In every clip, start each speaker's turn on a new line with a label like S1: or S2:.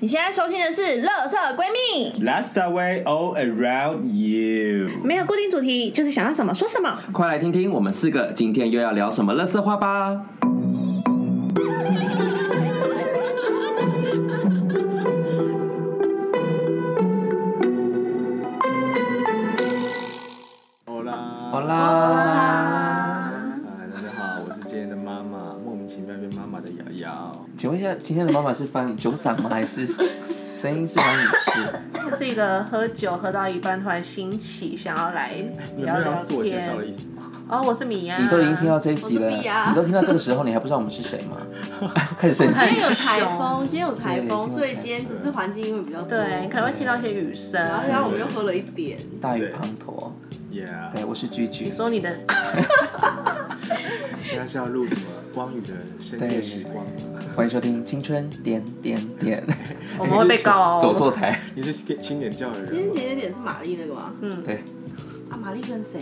S1: 你现在收听的是《乐色闺蜜》，
S2: Last away all around you。
S1: 没有固定主题，就是想到什么说什么。
S3: 快来听听我们四个今天又要聊什么乐色话吧！
S2: 好啦，
S3: 好啦，
S2: 嗨，大家好，我是今天的妈妈，莫名其妙变妈妈的瑶瑶。
S3: 请问一下，今天的妈妈是放酒嗓吗？还是 声音是方女士？
S4: 是一个喝酒喝到一半突然兴起，想要来
S2: 你有
S4: 聊
S2: 没有要
S4: 聊
S2: 自我介绍的
S4: 天。
S2: 意思吗？
S4: 哦，我是米娅。
S3: 你都已经听到这一集了，
S5: 我是 B 啊
S3: 你都听到这个时候，你还不知道我们是谁吗？开始生
S5: 今
S3: 气
S5: 哎天。有台风，今天有台风，
S3: 对
S5: 所以今天就是环境因为比较多。
S4: 对，你可能会听到一些雨声。
S5: 然
S3: 嗯
S5: 后然后我们又喝了一点，
S3: 大雨滂沱，
S2: Yeah，
S3: 对，我是居居
S4: 你。说你的，
S2: 现在是要录什么光宇的深夜时光 吗？
S3: 欢迎收听《青春点点点》，
S4: 我们会被告哦。
S3: 走错台。
S2: 你是青年教的
S5: 今
S2: 人啊
S5: 天
S2: 吗？
S5: 点点点是玛丽那个吗？
S4: 嗯，
S3: 对
S5: 啊，玛丽跟谁？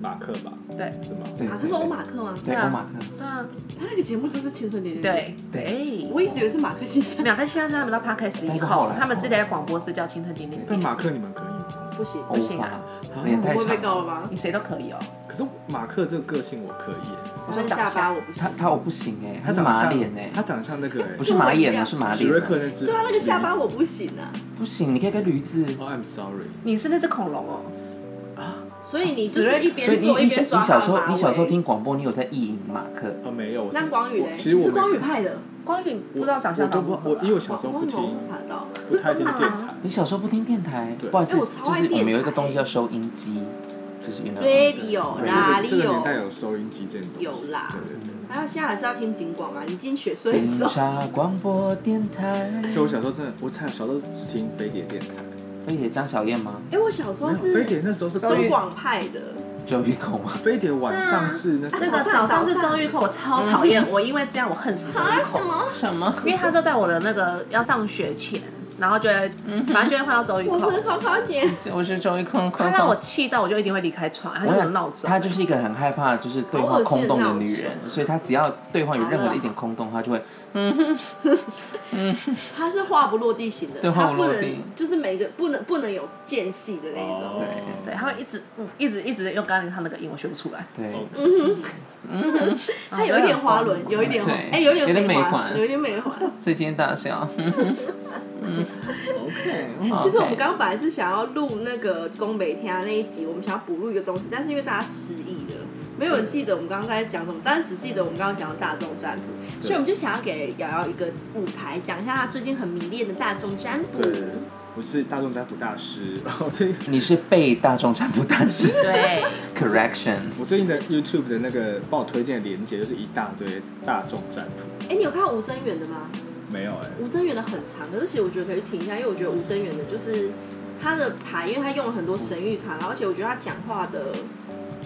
S2: 马克吧，
S4: 对
S2: 是吗？
S3: 对
S5: 马克啊是欧马克吗？
S3: 对，
S4: 啊
S3: 欧马克。
S4: 对啊，
S5: 他那个节目就是青春点点点。
S4: 对对。
S5: 我一直以为是马克信箱，
S4: 两个现在他们到 podcast
S3: 但
S4: 以
S3: 是后
S4: 后
S3: 来，
S4: 他们自己的广播是叫《青春点点
S2: 但
S4: 点》，
S2: 马克你们可以吗？
S5: 不行，
S3: 欧
S4: 不行
S3: 巴
S4: 啊，
S3: 脸太
S5: 我会被
S3: 长。
S5: 告了吗？
S4: 你谁都可以哦。
S2: 可是马克这个个性我可以耶，
S4: 我说
S5: 下
S4: 打
S5: 巴
S4: 下，
S5: 我不
S3: 他
S5: 行，
S3: 他我不行哎，他
S2: 他
S3: 是
S2: 长
S3: 马
S2: 相
S3: 脸哎，
S2: 他长相那个哎，
S3: 不是马眼啊，
S5: 就是是
S3: 马
S2: 史
S3: 脸
S2: 瑞
S3: 啊。
S2: 克那只，
S5: 对啊，那个下巴我。不行啊。
S3: 不行，你可以跟驴子。
S2: 哦，I'm sorry。
S4: 你是那只恐龙哦。
S5: 所以你就是
S3: 所
S5: 一
S3: 以
S5: 边
S3: 你
S5: 做一
S3: 你小
S5: 边抓
S3: 你小时候
S5: 马
S3: 你小时候
S5: 尾
S3: 听广播，你有在意淫马克？
S2: 哦，没有，我是
S5: 那光宇
S2: 我
S5: 嘞？
S2: 其实我
S5: 是
S2: 没
S5: 光宇派的，
S4: 光宇
S2: 我
S4: 不知道长相
S2: 我都不
S4: 如
S2: 知道我
S4: 何啊
S2: 因为我小时候不
S5: 光光
S2: 听
S5: 头，查到。
S2: 不太听电台。
S3: 你小时候不听电台？
S2: 对
S3: 不好意思，
S5: 哎
S3: 就
S5: 我
S3: 是
S5: 超爱
S3: 我们有一个
S5: 电台
S3: 东西叫收音机，就是有没有？
S5: Radio
S2: 对这
S5: 哪里
S2: 个这个年代
S5: 有？
S2: 有收音机这种东西
S5: 有啦
S2: 对对对。
S5: 还有现在还是要听警广啊嘛，你进雪隧的时
S3: 警
S5: 候，
S3: 察广播电台。
S2: 就 我小时候真的，我才小时候只听飞碟电台。
S3: 飞姐张小燕吗？
S5: 哎，我小时候
S2: 没有
S5: 是
S2: 飞碟那时候是
S4: 周
S5: 中
S4: 瑜
S2: 中
S5: 广派的，
S3: 周玉蔻吗？
S2: 飞碟晚上是那
S4: 那个早上是周玉蔻，我超讨厌，我因为这样我恨死周玉蔻。
S5: 么？
S3: 嗯啊什么？
S4: 因为他都在我的那个要上学前，然后就会，
S3: 嗯
S4: 反正就会换到周玉
S5: 我
S4: 蔻
S5: 是。考考 姐，
S3: 我是周玉蔻。
S4: 他让我气到，我就一定会离开床，他就很闹着。
S3: 她就是一个很害怕就是对话空洞的女人，所以她只要对话有任何的一点空洞，她就会
S5: 她是话不落地型的，
S3: 对
S5: 她
S3: 话不
S5: 不
S3: 落地
S5: 能就是每个不能不能有间隙的那一种。
S3: 对
S4: 对，他会一直嗯一直一直用刚才他那个音，我学不出来。
S5: 哦
S3: 对。
S5: 她有一点滑轮，有一点滑，
S3: 对
S5: 哎，有一
S3: 有
S5: 点
S3: 点
S5: 美
S3: 美环
S5: 有一点美环。
S3: 所以今天大笑。
S2: OK，
S5: 其实我
S3: OK
S5: 们刚刚本来是想要录那个宫北天啊那一集，我们想要补录一个东西，但是因为大家失忆了，没有人记得我们刚刚在讲什么，但是只记得我们刚刚讲的大众占卜，所以我们就想要给瑶瑶一个舞台，讲一下她最近很迷恋的大众占卜。
S2: 对，我是大众占卜大师，然后最近
S3: 你是被大众占卜大 师
S4: 对，
S3: ？Correction，
S2: 我最近的 YouTube 的那个帮我推荐的连接就是一大堆大众占卜，
S5: 哎，你有看到吴真源的吗？
S2: 没有哎，
S5: 吴真源的很长，可是其实我觉得可以停一下，因为我觉得吴真源的就是他的牌，因为他用了很多神谕卡，然后而且我觉得他讲话的，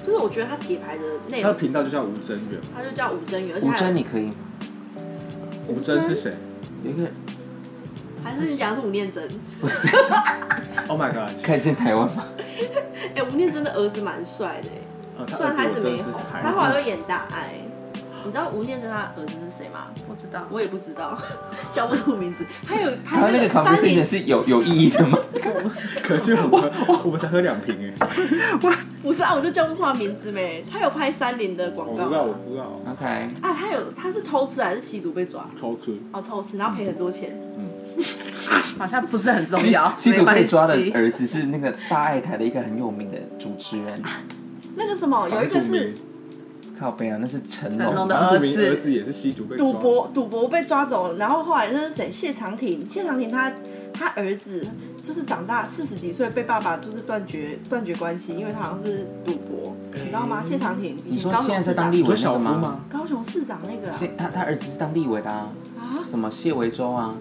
S5: 就是我觉得他解牌的内
S2: 他的
S5: 容，
S2: 频道就叫吴真源，
S5: 他就叫吴真源，而且
S3: 吴
S5: 还有
S3: 真你可以吗？
S2: 吴真是谁
S3: 有一个
S5: 还是你讲的是吴念真，
S2: ？Oh my god！
S3: 看见台湾吗？
S5: 哎、吴念真的儿子蛮帅的、哎
S2: 哦
S5: 虽然他一
S2: 儿子
S5: 直
S2: 我
S5: 没
S2: 真是
S5: 红，
S2: 孩
S5: 他后来
S2: 子
S5: 都演大爱。你知道吴念真他儿子是谁吗？
S4: 我知道。
S5: 我也不知道，叫不出名字。他有拍
S3: 他那个
S5: 个三
S3: conversation
S5: 零，
S3: 是有有意义的吗？
S2: 可见我们我们才喝两瓶哎，
S5: 不是啊，我就叫不出他名字没。他有拍三零的广
S2: 我
S5: 告
S2: 不知道我不知道，
S3: OK，
S5: 啊，他有他是偷吃还是吸毒被抓？
S2: 偷吃。
S5: 哦，偷吃，然后赔很多钱。
S4: 好像不是很重
S3: 吸
S4: 要。
S3: 吸
S4: 没
S3: 毒
S4: 关
S3: 被抓的呃
S4: 系
S3: 儿子是那个大爱台的一个很有名的主持人，
S5: 那个什么，有一个是
S3: 靠背啊，那是成
S4: 成
S3: 龙
S4: 龙的
S2: 房祖名
S4: 儿子
S2: 儿子也是吸毒被抓
S5: 赌博，赌博被抓走了，然后后来那是谁？谢长廷，谢长廷他他儿子就是长大四十几岁被爸爸就是断绝断绝关系，因为他好像是赌博，你知道吗？谢长廷以
S3: 哎你
S5: 前
S3: 说
S5: 高
S3: 现
S5: 雄
S3: 在在
S5: 市
S3: 当
S5: 长
S3: 立，
S2: 你说
S3: 委
S2: 小
S3: 那
S2: 夫
S3: 个吗？
S2: 吗？
S5: 高雄市长那个啊
S3: 现他他儿子是当立委的啊，
S5: 啊
S3: 什么谢维洲啊，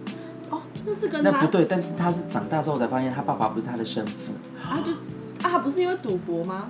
S5: 哦，那是跟
S3: 那
S5: 他
S3: 不对，但是他是长大之后才发现他爸爸不是他的生父。
S5: 啊就啊不是因为赌博吗？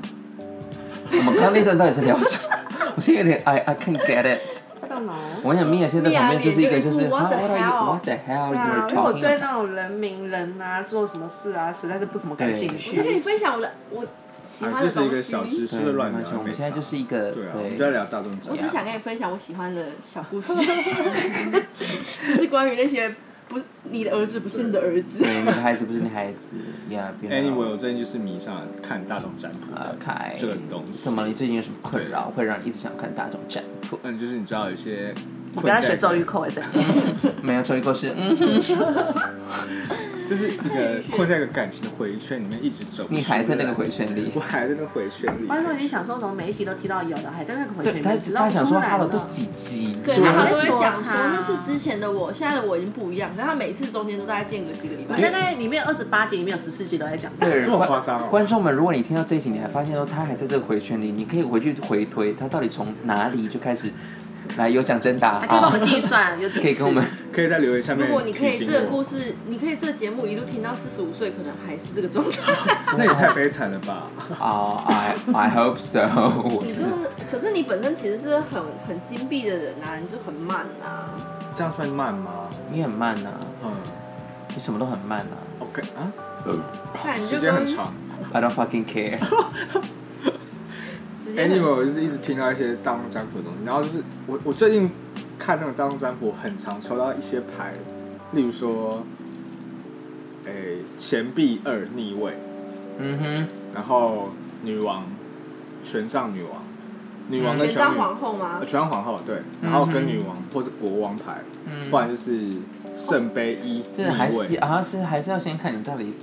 S3: 我们刚刚那段到底在聊什么？我现在有点 I I can't get it。
S4: 到哪了
S3: 我跟你讲，米娅现在旁边就是一个就是
S5: Mia 脸就一副
S3: Huh,
S5: what
S3: What
S5: the
S3: are
S5: hell？
S3: you What the hell you're talking？
S4: 对啊因为我对
S3: about？
S4: 那种人名人啊，做什么事啊，实在是不怎么感兴
S5: 我就跟你
S4: 趣。
S5: 分享我的我喜
S2: 啊，
S5: 欢
S2: 就
S5: 的
S2: 是一
S5: 东
S2: 个小
S5: 西。
S2: 知
S3: 对
S2: 识的
S3: 没
S2: 乱
S3: 关
S2: 聊
S3: 系，。我们现在就是一个
S2: 对啊，我们就在聊大众占
S5: 我只
S2: 卜。
S5: 想跟你分享我喜欢的小故事，就是关于那些不你的儿子不是你的儿子。
S3: 对，女孩子不是女孩子，Yeah，别
S2: Anyway，我最近就是迷上了看大众占卜
S3: 呃，凯，
S2: 这种东西。
S3: 怎么？你最近有什么困扰，会让你一直想看大众占卜？
S2: 嗯，就是你知道有些
S4: 你
S2: 困
S4: 不要
S2: 在
S4: 学咒语口会生气。
S3: 没有，周一过是嗯，
S2: 就是一 个困在一个感情的回圈里面一直走。
S3: 你还在那个回圈里
S2: 我还在那个回圈里。
S5: 哎
S4: 观众已经想说，怎么每一集都提到有的，还在那个回
S3: 对
S4: 旋，
S3: 他
S4: 知道
S3: 他想说
S4: 他
S3: Hello 都几集，
S5: 对，
S4: 对
S5: 然后
S4: 还在
S5: 他都会
S4: 说
S5: 讲说
S4: 他
S5: 那是之前的我，现在的我已经不一样。可是他每次中间都大概间隔几个礼
S4: 我
S5: 拜。
S4: 大概里面二十八集里面有十四集都在讲。
S3: 对
S2: 这么
S3: 观
S2: 夸张哦
S3: 观众们，如果你听到这一集，你还发现说他还在这个回圈里，你可以回去回推他到底从哪里就开始来有奖征答
S4: 还可以帮我
S3: 啊
S4: 们，计算有几次。
S3: 可以 跟我们
S2: 可以在留言下面
S5: 如果你可
S2: 提
S5: 以
S2: 醒
S5: 这个
S2: 我。
S5: 故事，你可以这个节目一路听到四十五岁，可能还是这个状 态。
S2: 那也太悲惨了吧！
S3: 啊，I I hope so，我
S5: 你
S3: 真
S5: 就
S3: 的是
S5: 是，可是你本身其实是很很金币的人啊，你就很慢啊。
S2: 这样算慢吗？
S3: 你很慢呐，
S2: 嗯
S3: 你什么都很慢呐
S2: ，OK 啊，
S5: 看你
S2: 时
S5: 就
S2: 间
S5: 跟
S2: 很长。
S3: ，I don't fucking care。
S5: 时间很
S2: Anyway，我就是一直听到一些大众占卜的东西，然后就是我我最近看那种大众占卜，很常抽到一些牌，例如说，诶、钱币二逆位，
S3: 嗯哼，
S2: 然后女王，权杖女王，女王跟
S5: 权
S2: 权
S5: 杖
S2: 女
S5: 皇后吗
S2: 呃？权杖皇后对，然后
S3: 嗯
S2: 跟
S3: 哼
S2: 女王或是国王牌，
S3: 嗯
S2: 不然就是圣杯一
S3: 这
S2: 逆
S3: 个还是
S2: 位，
S3: 好像是还是要先看你到底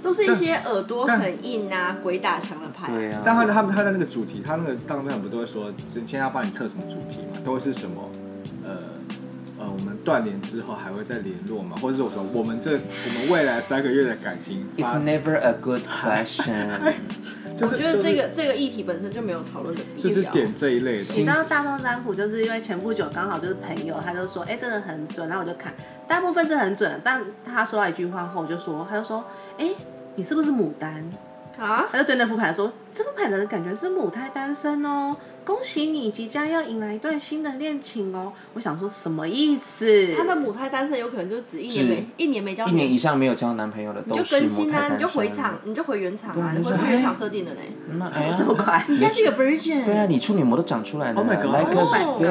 S5: 都是一些耳朵
S2: 但
S5: 很硬啊、鬼打墙的牌。
S3: 对啊，
S2: 但他他们他在那个主题，他那个当中不都会说，今天要帮你测什么主题嘛，都会是什么，呃呃，我们断联之后还会再联络嘛，或者是我说我们这我们未来三个月的感情
S3: ，It's
S2: 发，
S3: never a good question。
S2: 就
S5: 我
S2: 是
S5: 觉得这
S2: 就是
S5: 个这个议题本身就没有讨论的必要。
S2: 就是点这一类的东
S4: 你
S2: 西
S4: 知，道大众占卜就是因为前不久刚好就是朋友，他就说，哎、这个很准，然后我就看，大部分是很准，但他说到一句话后，我就说，他就说，哎、你是不是牡丹？
S5: 啊，
S4: 他就对那副牌说，这副牌的人感觉是母胎单身哦，恭喜你即将要迎来一段新的恋情哦。我想说什么意思？
S5: 他的母胎单身有可能就只一年
S3: 是
S5: 没一年没交
S3: 一
S5: 女
S3: 年以上没有交男朋友的
S5: 你
S3: 都
S5: 就是更
S3: 母
S5: 新
S3: 胎
S5: 啊，
S3: 单身。
S5: 你就回厂，你就回原厂啊，
S3: 对
S5: 你
S3: 你
S5: 回
S3: 就
S5: 去
S3: 说
S5: 原
S3: 哎
S5: 厂设定的呢。
S3: 那哎呀
S4: 这么快？
S5: 你现在是一个 virgin，
S3: 对啊，你处女膜都长出来了
S2: Oh my god
S3: like
S2: Oh
S4: my
S3: a very- like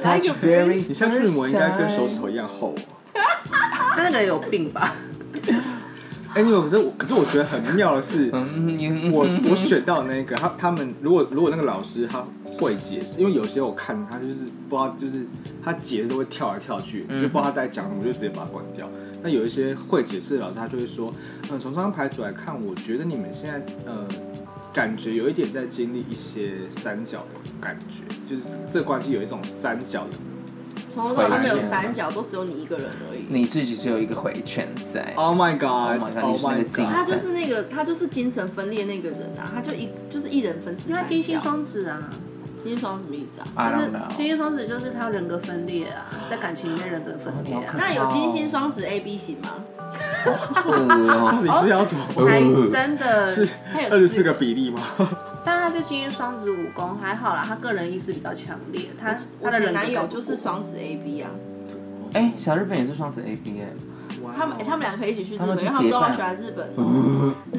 S3: a
S5: god
S3: very
S2: 你像是我应该跟
S3: first
S2: 手指头一样厚、啊
S4: 那个有病吧？
S2: 哎，你有可是我可是我觉得很妙的是
S3: time。，嗯，你
S2: 我我选到那个他他们如果如果那个老师他会解释，因为有些我看他就是不知道就是他解释都会跳来跳去，就不知道他在讲什么，我就直接把它关掉。那有一些会解释的老师，他就会说，嗯，从这张牌组来看，我觉得你们现在呃感觉有一点在经历一些三角的感觉，就是这关系有一种三角的。
S5: 从头到尾都没有三角，都只有你一个人而已。
S3: 你自己只有一个回圈在，
S2: Oh my
S3: my
S2: god!
S3: god，
S2: Oh
S3: 你是那个
S2: my
S3: 镜
S5: 他
S2: god!
S5: 就是那个，他就是精神分裂那个人啊，他就一就是一人分饰三
S4: 因为
S5: 角。
S4: 他金星双子啊，
S5: 金星双是什么意思啊？
S3: I
S4: 就
S3: don't
S4: 是金
S3: know。
S4: 星双子就是他人格分裂啊，在感情里面人格分裂啊。
S5: 那有金星双子 A B 型吗？
S3: 哦
S2: 到底是要多
S4: 还真 的
S2: 是
S5: 他 有
S2: 二十四个比例吗？
S4: 但他是基于双子武功，还好啦，他个人意识比较强烈，他
S5: 我
S4: 他的
S5: 前
S4: 人格
S5: 男友
S4: 搞不
S5: 就是双子 A B 啊，
S3: 哎，小日本也是双子 A B 哎，
S5: 他们、他们两个可以一起去日
S3: 他
S5: 本，
S3: 们
S5: 因为他
S3: 去结
S5: 们都好
S3: 伴
S5: 喜欢日本。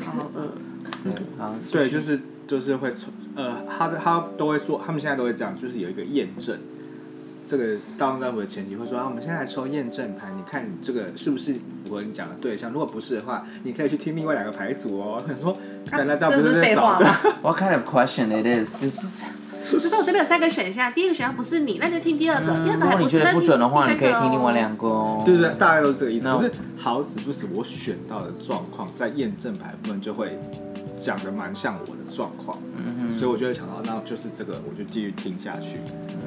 S4: 好饿。
S3: 对，好，
S2: 对，就是就是会出呃，他的他都会说，他们现在都会这样，就是有一个验证。这个大众占卜的前提会说啊，我们现在来抽验证牌，你看你这个是不是符合你讲的对象？如果不是的话，你可以去听另外两个牌组哦。我 想说，那那这样
S4: 啊这
S2: 不
S4: 不是
S2: 在
S4: 废
S2: 找
S4: 话
S2: 对？
S4: 吗？
S3: What kind of question it is？就是
S4: 就是我这边有三个选项，第一个选项不是你，那就听第二个，第二
S3: 嗯如
S4: 个还
S3: 果你
S4: 不是，
S3: 觉
S4: 那
S3: 得不
S4: 就
S3: 准的话，
S4: 第
S3: 你
S4: 三
S3: 可以
S4: 个哦
S3: 听另外。两个哦。
S2: 对对，大概都是这个意思。
S3: No
S2: 可是好死不死，我选到的状况在验证牌部分就会讲的蛮像我的状况，所以我就会想到，那就是这个，我就继续听下去。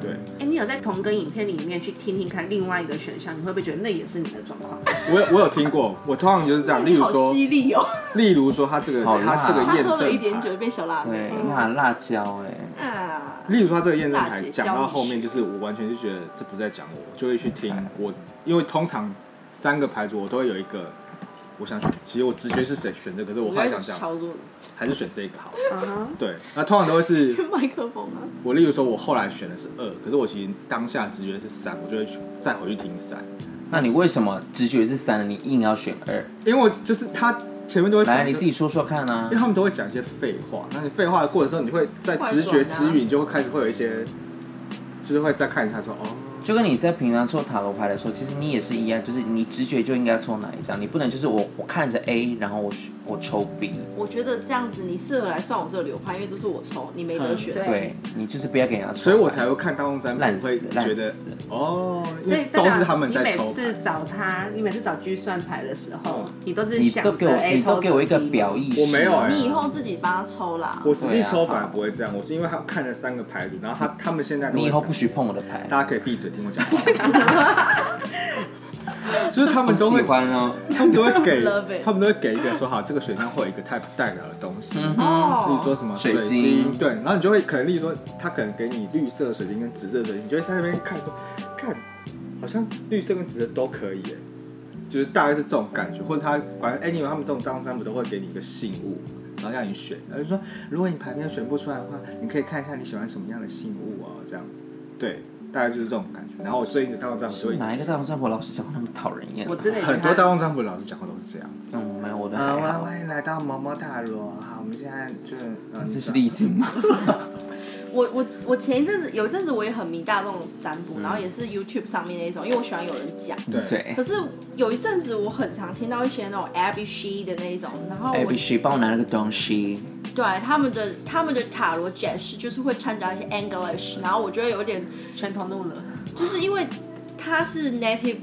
S2: 对，
S4: 哎，你有在同一个影片里面去听听看另外一个选项，你会不会觉得那也是你的状况？
S2: 我有我有听过，我通常就是这样，例如说
S5: 好犀利哦！
S2: 例如说他这个
S3: 好辣
S2: 他这个
S5: 他
S2: 验
S5: 喝了一
S2: 证
S5: 点酒
S2: 牌，
S5: 变小辣
S3: 对
S5: 妹。，
S3: 那辣椒哎，
S5: 啊，
S2: 例如说他这个验证
S5: 辣
S2: 牌
S5: 姐
S2: 讲
S5: 教
S2: 到
S5: 你
S2: 后面，就是我完全就觉得这不在讲我，我就会去听
S5: 嗯
S2: 我，因为通常三个牌组我都会有一个，我想选，其实我直觉是谁选这个，可是我后来想想
S5: 操作
S2: 还是选这个好。
S5: 嗯
S4: 啊哈，
S2: 对，那通常都会是
S5: 麦克风啊，
S2: 我，例如说我后来选的是二，可是我其实当下直觉是三，我就会去再回去听三，
S3: 那你为什么直觉是三的，你硬要选二？
S2: 因为我就是他前面都会
S3: 来，
S2: 讲
S3: 你自己说说看啊
S2: 因为。他们都会讲一些废话，那你废话的过程中，你会在直觉之余，你就会开始会有一些，就是会再看一下说，哦，
S3: 就跟你在平常抽塔罗牌的时候，其实你也是一样，就是你直觉就应该抽哪一张，你不能就是我我看着 A，然后我我抽 B，
S5: 我觉得这样子你适合来算我这个流派，因为都是我抽，你没得
S4: 嗯
S5: 选。
S4: 对
S3: 对你就是不要给人家抽。
S2: 所以我才会看大众占
S3: 烂
S2: 卜
S3: 死
S2: 会
S3: 烂
S2: 觉得
S3: 死
S2: 哦，因
S4: 所以
S2: 为都是他们
S4: 你
S2: 在
S4: 每
S2: 抽牌。
S4: 次找他，你每次找狙算牌的时候
S2: 嗯，
S4: 你都是
S3: 你
S4: 想
S3: 都给
S4: 着
S3: 我，
S4: 哎，
S3: 你都
S4: 抽
S3: 给我一个
S4: 这题
S3: 表意识。
S2: 我没有哎
S5: 你以后自己帮他抽啦。
S2: 我实际抽
S3: 对啊
S2: 反而不会这样，我是因为他看了三个牌组，然后他他们现在都
S3: 你以
S2: 会
S3: 后
S2: 想
S3: 不许碰我的牌。
S2: 大家可以闭嘴听我讲话。 就是他们都
S3: 喜
S2: 会，
S3: 欢哦，
S2: 他们都会
S5: Love it
S2: 给，他们都会给一个说好，这个选项会有一个代代表的东西。
S3: 嗯哼，
S5: 哦，
S2: 例如说什么
S3: 水
S2: 水
S3: 晶
S2: 晶，对，然后你就会可能，例如说他可能给你绿色的水晶跟紫色的水晶，你就会在那边看说，看好像绿色跟紫色都可以耶，就是大概是这种感觉，或者他反正 anyway 他们这种张占卜都会给你一个信物，然后让你选，然后就说如果你牌面选不出来的话，你可以看一下你喜欢什么样的信物啊，这样，对，大概就是这种感觉。然后我最近的大众占卜就会
S3: 哪一个大众占卜老师讲话那么讨人厌？啊
S4: 我真的觉得
S2: 很多大众占卜老师讲话都是这样子。
S3: 嗯，没有我的
S2: 啊，
S3: 还好。
S2: 欢迎来到毛毛塔罗好，我们现在就是呃
S3: 这是历经吗？
S5: 我我我前一阵子有一阵子我也很迷大众占卜，然后也是 YouTube 上面那种，因为我喜欢有人讲。
S2: 对
S3: 对
S5: 可。是有一阵子我很常听到一些那种 Abby She 的那一种，然后
S3: A
S5: 我
S3: B C，帮我拿了个东西。
S5: 对他们的他们的塔罗解释就是会掺杂一些 English，然后我觉得有点
S4: 全头怒了。
S5: 就是因为他是 native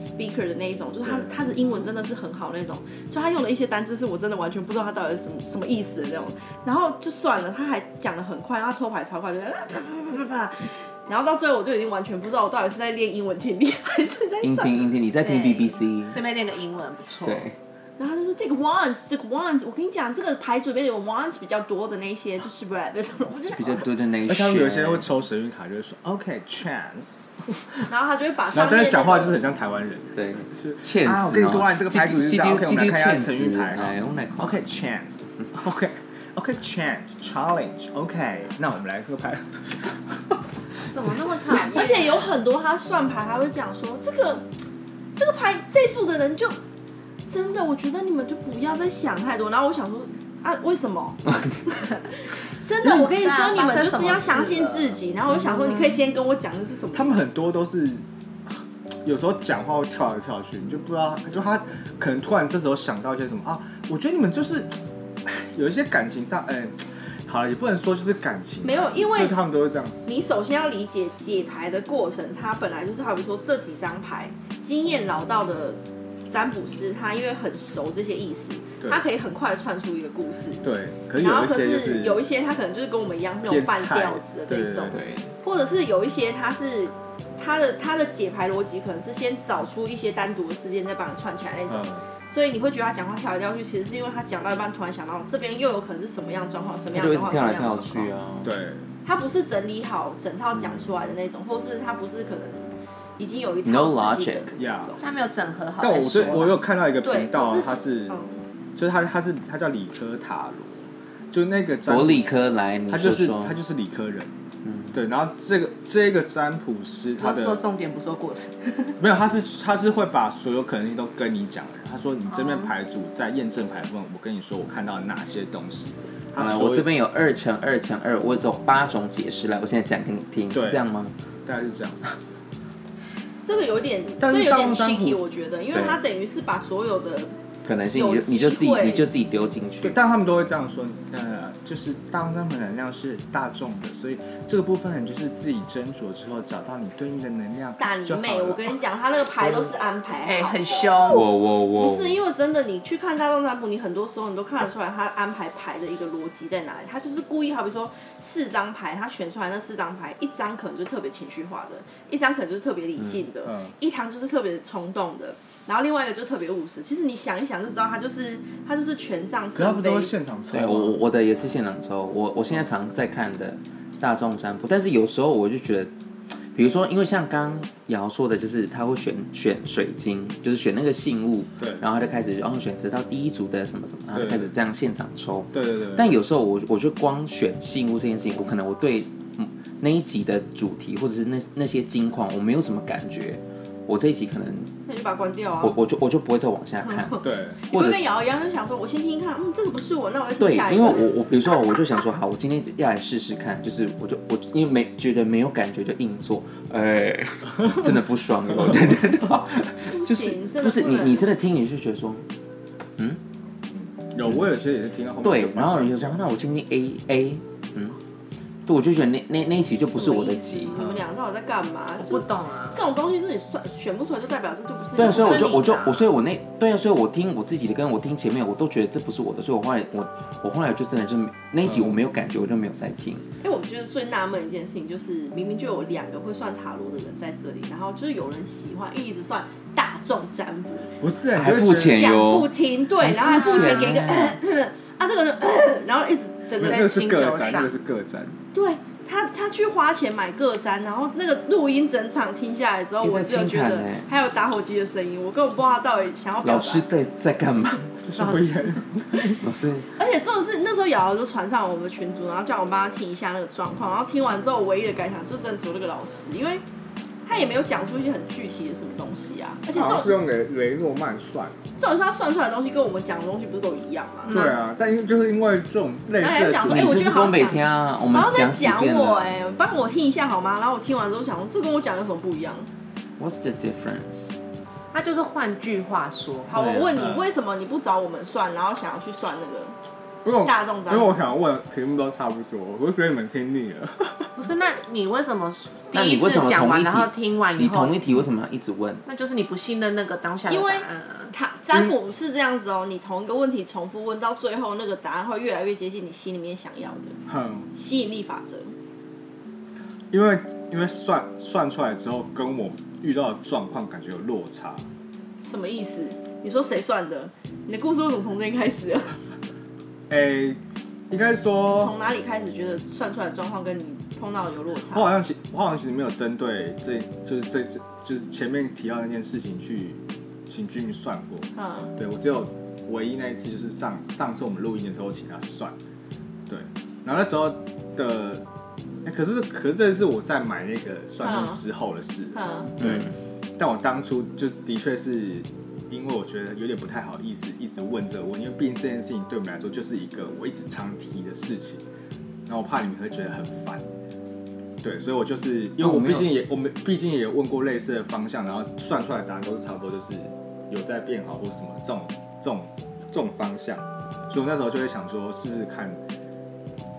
S5: speaker 的那一种，就是他他的英文真的是很好那种，所以他用了一些单字是我真的完全不知道他到底是什么什么意思的那种。然后就算了，他还讲的很快，然后抽牌超快，就在那啪啪啪啪啪。然后到最后我就已经完全不知道我到底是在练英文听力还是在
S3: 音
S5: 算。
S3: 听音听，你在听
S4: 对
S3: BBC。
S4: 顺便练个英文不错。
S3: 对，
S5: 然后他就说这个 once 这个 once，我跟你讲这个牌组里面有 once 比较多的那些就是 rabbit，我就想
S3: 比较多的那一
S2: 而且他
S3: 些。
S2: 们有一些会抽神谕卡，就会说 OK chance，
S5: 然后他就会把
S2: 然
S5: 上
S2: 后
S5: 面
S2: 但是
S5: 那
S2: 讲话就是
S5: 个
S2: 很像台湾人，
S3: 对，
S2: 是
S3: 欠死哦。
S2: 啊，我跟你说啊，你这个牌组就是这样，OK，我们来看一下成语牌
S3: 哎，我
S2: 哈
S3: 们来看。
S2: ，OK chance，OK。OK change challenge OK，那我们来喝牌。
S4: 怎么那么讨厌？
S5: 而且有很多他算牌，还会讲说这个这个牌这组的人就真的，我觉得你们就不要再想太多。然后我想说啊，为什么？ 真的，我跟你
S4: 对啊
S5: 说，你们就
S4: 发生什
S5: 是
S4: 么
S5: 要相信
S4: 事了
S5: 自己。然后我就想说，你可以先跟我讲的是什么。
S2: 他们很多都是有时候讲话会跳来跳去，你就不知道，就他可能突然这时候想到一些什么啊，我觉得你们就是 唉有一些感情上，哎，好了，也不能说就是感情，
S5: 没有，因为
S2: 就他们都会这样。
S5: 你首先要理解解牌的过程，它本来就是好比说这几张牌，经验老道的占卜师，他因为很熟这些意思，
S2: 对
S5: 他可以很快地串出一个故事。
S2: 对，可是
S5: 然
S2: 有
S5: 后
S2: 一
S5: 可
S2: 些就是是
S5: 有一些他可能就是跟我们一样是那种
S2: 偏
S5: 半
S2: 菜
S5: 吊子的这种
S2: 对，
S3: 对，
S5: 或者是有一些他是他的他的解牌逻辑可能是先找出一些单独的事件再帮你串起来那种，
S2: 嗯。
S5: 所以你会觉得他讲话跳来跳去，其实是因为他讲到一半突然想到这边又有可能是什么样的状况，什么
S3: 他
S5: 样
S3: 就
S5: 的
S3: 一直
S5: 状况，什
S3: 跳
S5: 么
S3: 来
S5: 样
S3: 跳
S5: 的状况
S3: 去。啊。
S5: 哦
S2: 对，
S5: 他不是整理好整套讲出来的那种，或是他不是可能已经有一
S3: No
S5: 套自己的
S3: logic
S5: 那
S2: Yeah
S5: 种。
S4: 他没有整合好
S2: 但
S4: 再
S2: 我
S4: 说
S2: 最
S4: 啦。
S2: 我有看到一个
S5: 哎对，
S2: 频道
S5: 可，
S2: 它是
S5: 嗯，
S2: 就是它它是它叫理科塔罗，就那个占卜
S3: 我理科来，你
S2: 他
S3: 说
S2: 就是
S3: 说
S2: 他。就是理科人，
S3: 嗯
S2: 对，然后这个这个占卜师他
S4: 他说
S2: 的
S4: 重点不说过程，
S2: 没有，他是他是会把所有可能性都跟你讲的人，他说你这边牌组在验证牌部分，我跟你说我看到哪些东西，
S3: 好
S2: 他
S3: 了，
S2: 所
S3: 我
S2: 有
S3: 这边有二乘二乘二，我有八种解释，来，我现在讲给你听，
S2: 对
S3: 是这样吗？
S2: 大概是这样，
S5: 这个有点，这
S2: 但是
S5: 个有
S2: 大
S5: 点
S2: 众占
S5: tricky，
S2: 卜
S5: 我觉得，因为他等于是把所有的
S3: 可能性你
S5: 有
S3: 就你就自己
S5: 机会
S3: 你就自己丢进去
S2: 对，。但他们都会这样说，呃，就是大众占卜能量是大众的，所以这个部分你就是自己斟酌之后找到你对应的能量
S5: 大你
S2: 就好
S5: 妹！我
S2: 了。
S5: 跟你讲，他那个
S3: 嗯
S5: 牌都是安排
S4: 哎，
S5: 好的
S4: 很凶。
S3: 我我我
S5: 不是因为真的，你去看大众占卜，你很多时候你都看得出来他安排牌的一个逻辑在哪里。他就是故意，好比说四张牌，他选出来那四张牌，一张可能就是特别情绪化的，一张可能就是特别理性的，
S2: 嗯嗯
S5: 一堂就是特别冲动的，然后另外一个就特别务实。其实你想一想就知道，他就是他就是权杖
S2: 可是他
S5: 圣
S2: 不都
S5: 杯
S2: 会。现场抽
S3: 对
S2: 吗？
S3: 我我的也是现场抽，我我现在常在看的大众占卜，但是有时候我就觉得，比如说，因为像刚刚瑶说的，就是他会选选水晶，就是选那个信物，
S2: 对
S3: 然后他就开始哦选择到第一组的什么什么，然后就
S2: 对
S3: 开始这样现场抽。
S2: 对对对，
S3: 但有时候我我就光选信物这件事情，我可能我对嗯那一集的主题或者是那那些金矿我没有什么感觉，我这一集可能
S5: 那就把它关掉啊
S2: 哦
S3: 我。我就我就不会再往下 看，
S2: 对，
S5: 你不
S3: 或
S5: 会
S3: 者
S5: 跟
S3: 是
S5: 瑶瑶一样，就想说我先听听看，嗯，这个不是我，那我再听
S3: 对，
S5: 下一
S3: 因为
S5: 个。
S3: 我我比如说我就想说，好，我今天要来试试看，就是我就我因为没觉得没有感觉就硬做，哎、 真的不爽哟，对对 对，就是
S5: 不行真的
S3: 不是
S5: 不
S3: 你
S5: 能
S3: 你真的听你就觉得说，
S2: 有
S3: 嗯
S2: 我有些也是听到后面
S3: 对
S2: 就，发
S3: 然后
S2: 现
S3: 你就说那我听听 A A，嗯，对，我就觉得那那那一集就不是我的
S5: 什么意
S3: 集
S5: 思，你们俩到底在干嘛？
S4: 不懂啊
S5: 这。种东西，就是你算选不出来，就代表这就不是。
S3: 对啊，所以我就
S4: 不是你的
S3: 我就我所以我那对啊，所以我听我自己的跟我听前面我都觉得这不是我的，所以我后来我我后来就真的就那一集我没有感觉，我就没有再听。
S5: 哎，我觉得最纳闷的一件事情就是，明明就有两个会算塔罗的人在这里，然后就是有人喜欢一直算大众占卜，
S2: 不是啊，
S3: 还
S2: 你就会觉
S3: 付
S2: 得
S3: 钱哎
S5: 讲
S3: 呦
S5: 不停，对，然后还付钱给一个，
S3: 哎
S5: 啊，这个人， 然后一直整
S2: 没
S5: 个
S2: 有
S5: 在
S2: 那个是
S4: 清
S2: 个
S4: 酒
S2: 展，那
S4: 上
S2: 个是个展，
S5: 对他，他去花钱买个毡，然后那个录音整场听下来之后，
S3: 也在
S5: 我只有觉
S3: 清谈
S5: 得
S3: 欸
S5: 还有打火机的声音，我根本不知道他到底想要表
S3: 老
S5: 达
S3: 师
S5: 什么。
S3: 在在干嘛？
S2: 这是不一样。
S3: 老师
S5: 而且重点是那时候瑶瑶就传上我们群组，然后叫我帮他听一下那个状况，然后听完之后，唯一的感想就真的只有那个老师，因为他也没有讲出一些很具体的什么东西啊。而且重
S2: 好像是
S5: 重
S2: 用雷雷诺曼算，
S5: 点是他算出来的东西跟我们讲的东西不是都一样吗？
S3: 嗯
S2: 对啊，但因就是因为这种类
S5: 然后
S2: 似
S5: 还
S2: 的
S5: 讲
S2: 主
S5: 说
S2: 题
S5: 哎
S3: 你
S5: 我
S3: 就
S5: 觉
S3: 是
S5: 得好
S3: 东北
S5: 像
S3: 天啊，我们
S5: 然后再
S3: 讲几
S5: 讲
S3: 遍啊
S5: 我
S3: 了。
S5: 哎、帮我听一下好吗？然后我听完之后想说，这跟我讲有什么不一样？
S3: What's the difference？
S4: 他就是换句话说，
S5: 好，
S3: 对啊
S5: 我问
S2: 嗯
S5: 你，为什么你不找我们算，然后想要去算那
S2: 因为我
S5: 个大众占
S2: 因为
S5: 卜？
S2: 我想问题目都差不多，我就觉得你们听腻了。
S4: 不是？那你为什么第
S3: 那你
S4: 一
S3: 为什
S4: 次
S3: 么
S4: 讲
S3: 同
S4: 完，
S3: 一
S4: 然后
S3: 题
S4: 听完以
S3: 你
S4: 后
S3: 同一，题为什么要一直问？
S4: 那就是你不信任那个当下的
S5: 因为
S4: 答案啊？
S5: 他
S3: 嗯
S5: 占卜是这样子哦，你同一个问题重复问到最后，那个答案会越来越接近你心里面想要的
S2: 哼，
S5: 吸引力法则。
S2: 因为因为算算出来之后，跟我遇到的状况感觉有落差。
S5: 什么意思？你说谁算的？你的故事为什么从这边开始啊？
S2: 哎、应该说
S5: 从，哪里开始觉得算出来的状况跟你碰到的有落
S2: 我好
S5: 差？
S2: 像其我好像其实没有针对这就是这这就是前面提到那件事情去请居民算过。
S5: 嗯，
S2: 对我只有唯一那一次就是上上次我们录音的时候请他算，对，然后那时候的，哎可是可是这是我在买那个算命之后的事了，
S5: 嗯，
S2: 对
S3: 嗯，
S2: 但我当初就的确是因为我觉得有点不太好意思一直问这个问，因为毕竟这件事情对我们来说就是一个我一直常提的事情，然后我怕你们会觉得很烦。对，所以我就是因为
S3: 那我
S2: 我
S3: 没
S2: 毕
S3: 有
S2: 竟也我们毕竟也问过类似的方向，然后算出来的答案都是差不多，就是有在变好或什么这种这种这种方向，所以我那时候就会想说试试看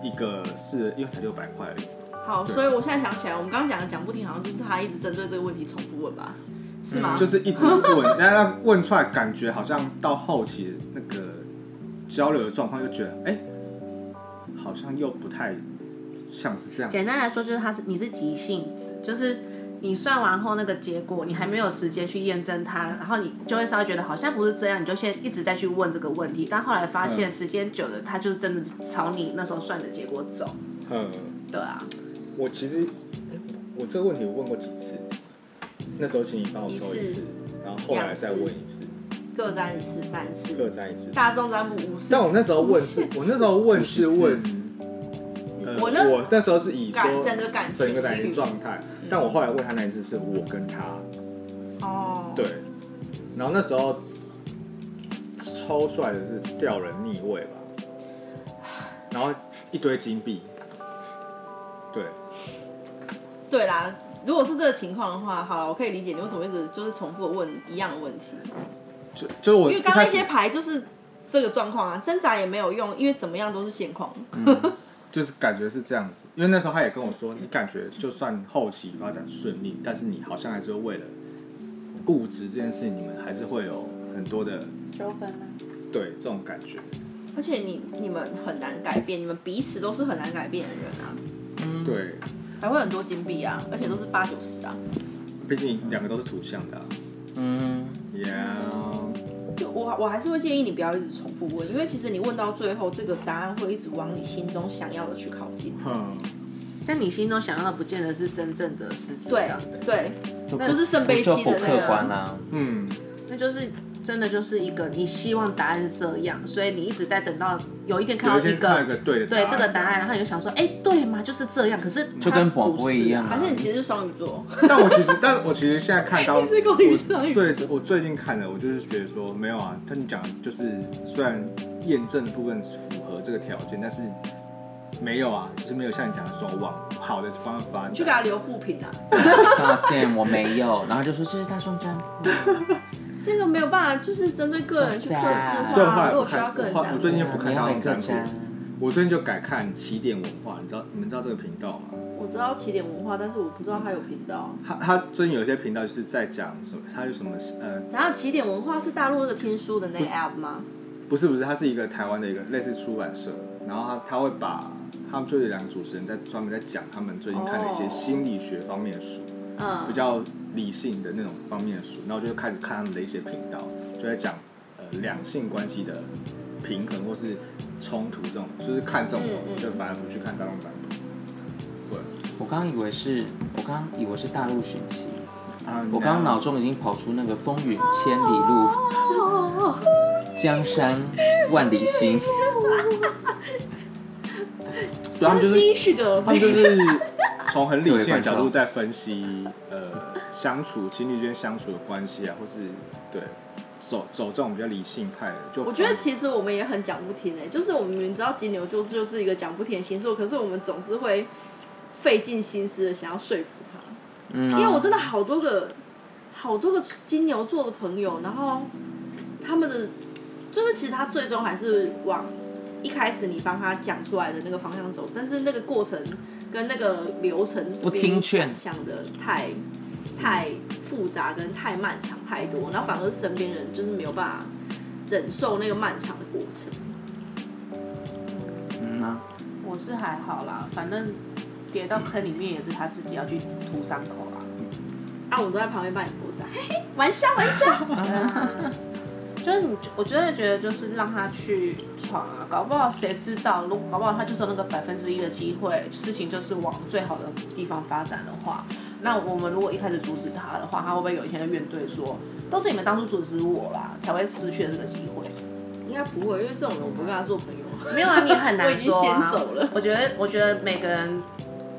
S2: 一个是因为才六百块而已，
S5: 好，
S2: 对
S5: 所以我现在想起来，我们刚刚讲的讲不停，好像就是他一直针对这个问题重复问吧？是吗？
S2: 嗯就是一直问， 然后他问出来，感觉好像到后期那个交流的状况，就觉得哎、好像又不太像是这样。
S4: 简单来说，就是他是你是急性子，就是你算完后那个结果，你还没有时间去验证它，然后你就会稍微觉得好像不是这样，你就先一直在去问这个问题，但后来发现时间久了，它就是真的朝你那时候算的结果走。
S2: 嗯，
S4: 对啊，
S2: 我其实、哎我这个问题我问过几次，那时候请你帮我抽一
S5: 一
S2: 次
S5: 次，
S2: 然后后来再问一次，
S5: 各占一次，三次，
S2: 各占一次。
S5: 大众占卜五次
S2: 但。我那时候问是，我那时候问是问，呃，
S5: 我那
S2: 我那时候是以
S5: 感
S2: 说
S5: 整个感情
S2: 整个感情状态，
S5: 嗯
S2: 但我后来问他那一次是我跟他。
S5: 哦，
S2: 对，然后那时候抽出来的是吊人逆位吧，然后一堆金币，对，
S5: 对啦，如果是这个情况的话，好了，我可以理解你为什么一直就是重复地问一样的问题，
S2: 就就我
S5: 因为
S2: 一
S5: 刚刚
S2: 开
S5: 那
S2: 始
S5: 些牌就是这个状况啊，挣扎也没有用，因为怎么样都是现况。
S2: 就是感觉是这样子，因为那时候他也跟我说，你感觉就算后期发展顺利，但是你好像还是会为了物质这件事情，你们还是会有很多的
S4: 纠纷啊吗？
S2: 对这种感觉，
S5: 而且你你们很难改变，你们彼此都是很难改变的人啊，
S2: 对，
S5: 才会很多金币啊，而且都是八九十啊。
S2: 毕竟两个都是图像的、啊、
S3: 嗯，
S2: ，Yeah。
S5: 就我我还是会建议你不要一直重复问，因为其实你问到最后，这个答案会一直往你心中想要的去靠近。
S2: 哼，
S4: 但你心中想要的，不见得是啊真正的实质
S5: 对
S4: 上的，
S5: 对，
S3: 就
S5: 就是圣杯
S3: 就
S5: 七
S3: 不
S5: 的那
S3: 客啊
S5: 个
S3: 观啦、
S2: 嗯，
S4: 那就是真的就是一个你希望答案是这样，所以你一直在等到有一天看
S2: 有
S4: 到
S2: 一天
S4: 一
S2: 看到一
S4: 个
S2: 个对的
S4: 对这个答案，然后你就想说，哎、对嘛，就是这样。可是
S3: 就
S4: 它
S3: 跟
S4: 不
S3: 宝贝
S4: 是
S3: 一样
S4: 啊
S3: 啊
S5: 还是你其实是双鱼座，
S2: 但我其实，但我其实现在看到，我
S5: 你是故意这样
S2: 最我最近看的，我就是觉得说没有啊，他你讲的就是虽然验证的部分是符合这个条件，但是没有啊，就是没有像你讲的说往好的方向发
S5: 你去给
S2: 展。
S5: 他留负评啊。
S3: 大店我没有，然后就说这是大双占卜，
S5: 这个没有办法，就是针对个人去克制
S3: 所
S2: 以后
S5: 化。啊
S2: 来
S5: 如
S2: 我
S5: 果需
S2: 看
S5: 要个人
S2: 我后
S5: 占
S2: 我
S5: 卜
S2: 最，近就不看大
S3: 你要
S2: 众占
S3: 个占
S2: 卜，我最近就改看起点文化，你知道你们知道这个频道吗？
S5: 我知道起点文化，但是我不知道它有频道。
S2: 他他最近有些频道就是在讲什么，他有什么呃，
S5: 然后起点文化是大陆的听书的那个 app 吗？
S2: 不是不是，他是一个台湾的一个类似出版社，然后他他会把他们就有两个主持人在专门在讲他们最近看的一些
S5: 哦
S2: 心理学方面的书，比
S5: 嗯，
S2: 较理性的那种方面的书，然后我就开始看他们的一些频道，就在讲呃两性关系的平衡或是冲突这种，就是看这种
S5: 嗯嗯
S2: 就反而不去看大众版本。对
S3: 我刚以为是，我刚以为是大陆选旗，
S2: 啊
S3: 我刚脑中已经跑出那个风云千里路，
S5: 哦
S3: 江山万里行，
S2: 对啊他们就是
S5: 西是个
S2: 他们 就是从很理性的角度在分析，呃，相处情侣间相处的关系啊，或是对走走这种比较理性派的，就
S5: 我觉得其实我们也很讲不听诶、就是我们明明知道金牛座就是一个讲不听的星座，可是我们总是会费尽心思的想要说服他，
S3: 嗯、
S5: 因为我
S3: 这
S5: 真的好多个好多个金牛座的朋友，然后他们的就是其实他最终还是往一开始你帮他讲出来的那个方向走，但是那个过程跟那个流程是
S3: 不
S5: 比
S3: 听
S5: 你
S3: 劝
S5: 想象的太太复杂跟太漫长太多，然后反而身边人就是没有办法。忍受那个漫长的过程。
S3: 嗯啊，
S4: 我是还好啦，反正跌到坑里面也是他自己要去涂伤口啊。
S5: 啊，我都在旁边帮你播撒，嘿嘿，玩笑玩笑。
S4: 就是你，我真的觉得就是让他去闯啊，搞不好谁知道，如搞不好他就是有那个百分之一的机会，事情就是往最好的地方发展的话，那我们如果一开始阻止他的话，他会不会有一天就怨对说，都是你们当初阻止我啦，才会失去了这个机会？
S5: 应该不会，因为这种人我不会跟他做朋友。
S4: 没有啊，你很
S5: 我
S4: 难
S5: 已经
S4: 说
S5: 先
S4: 啊。
S5: 走了
S4: 我觉得，我觉得每个人，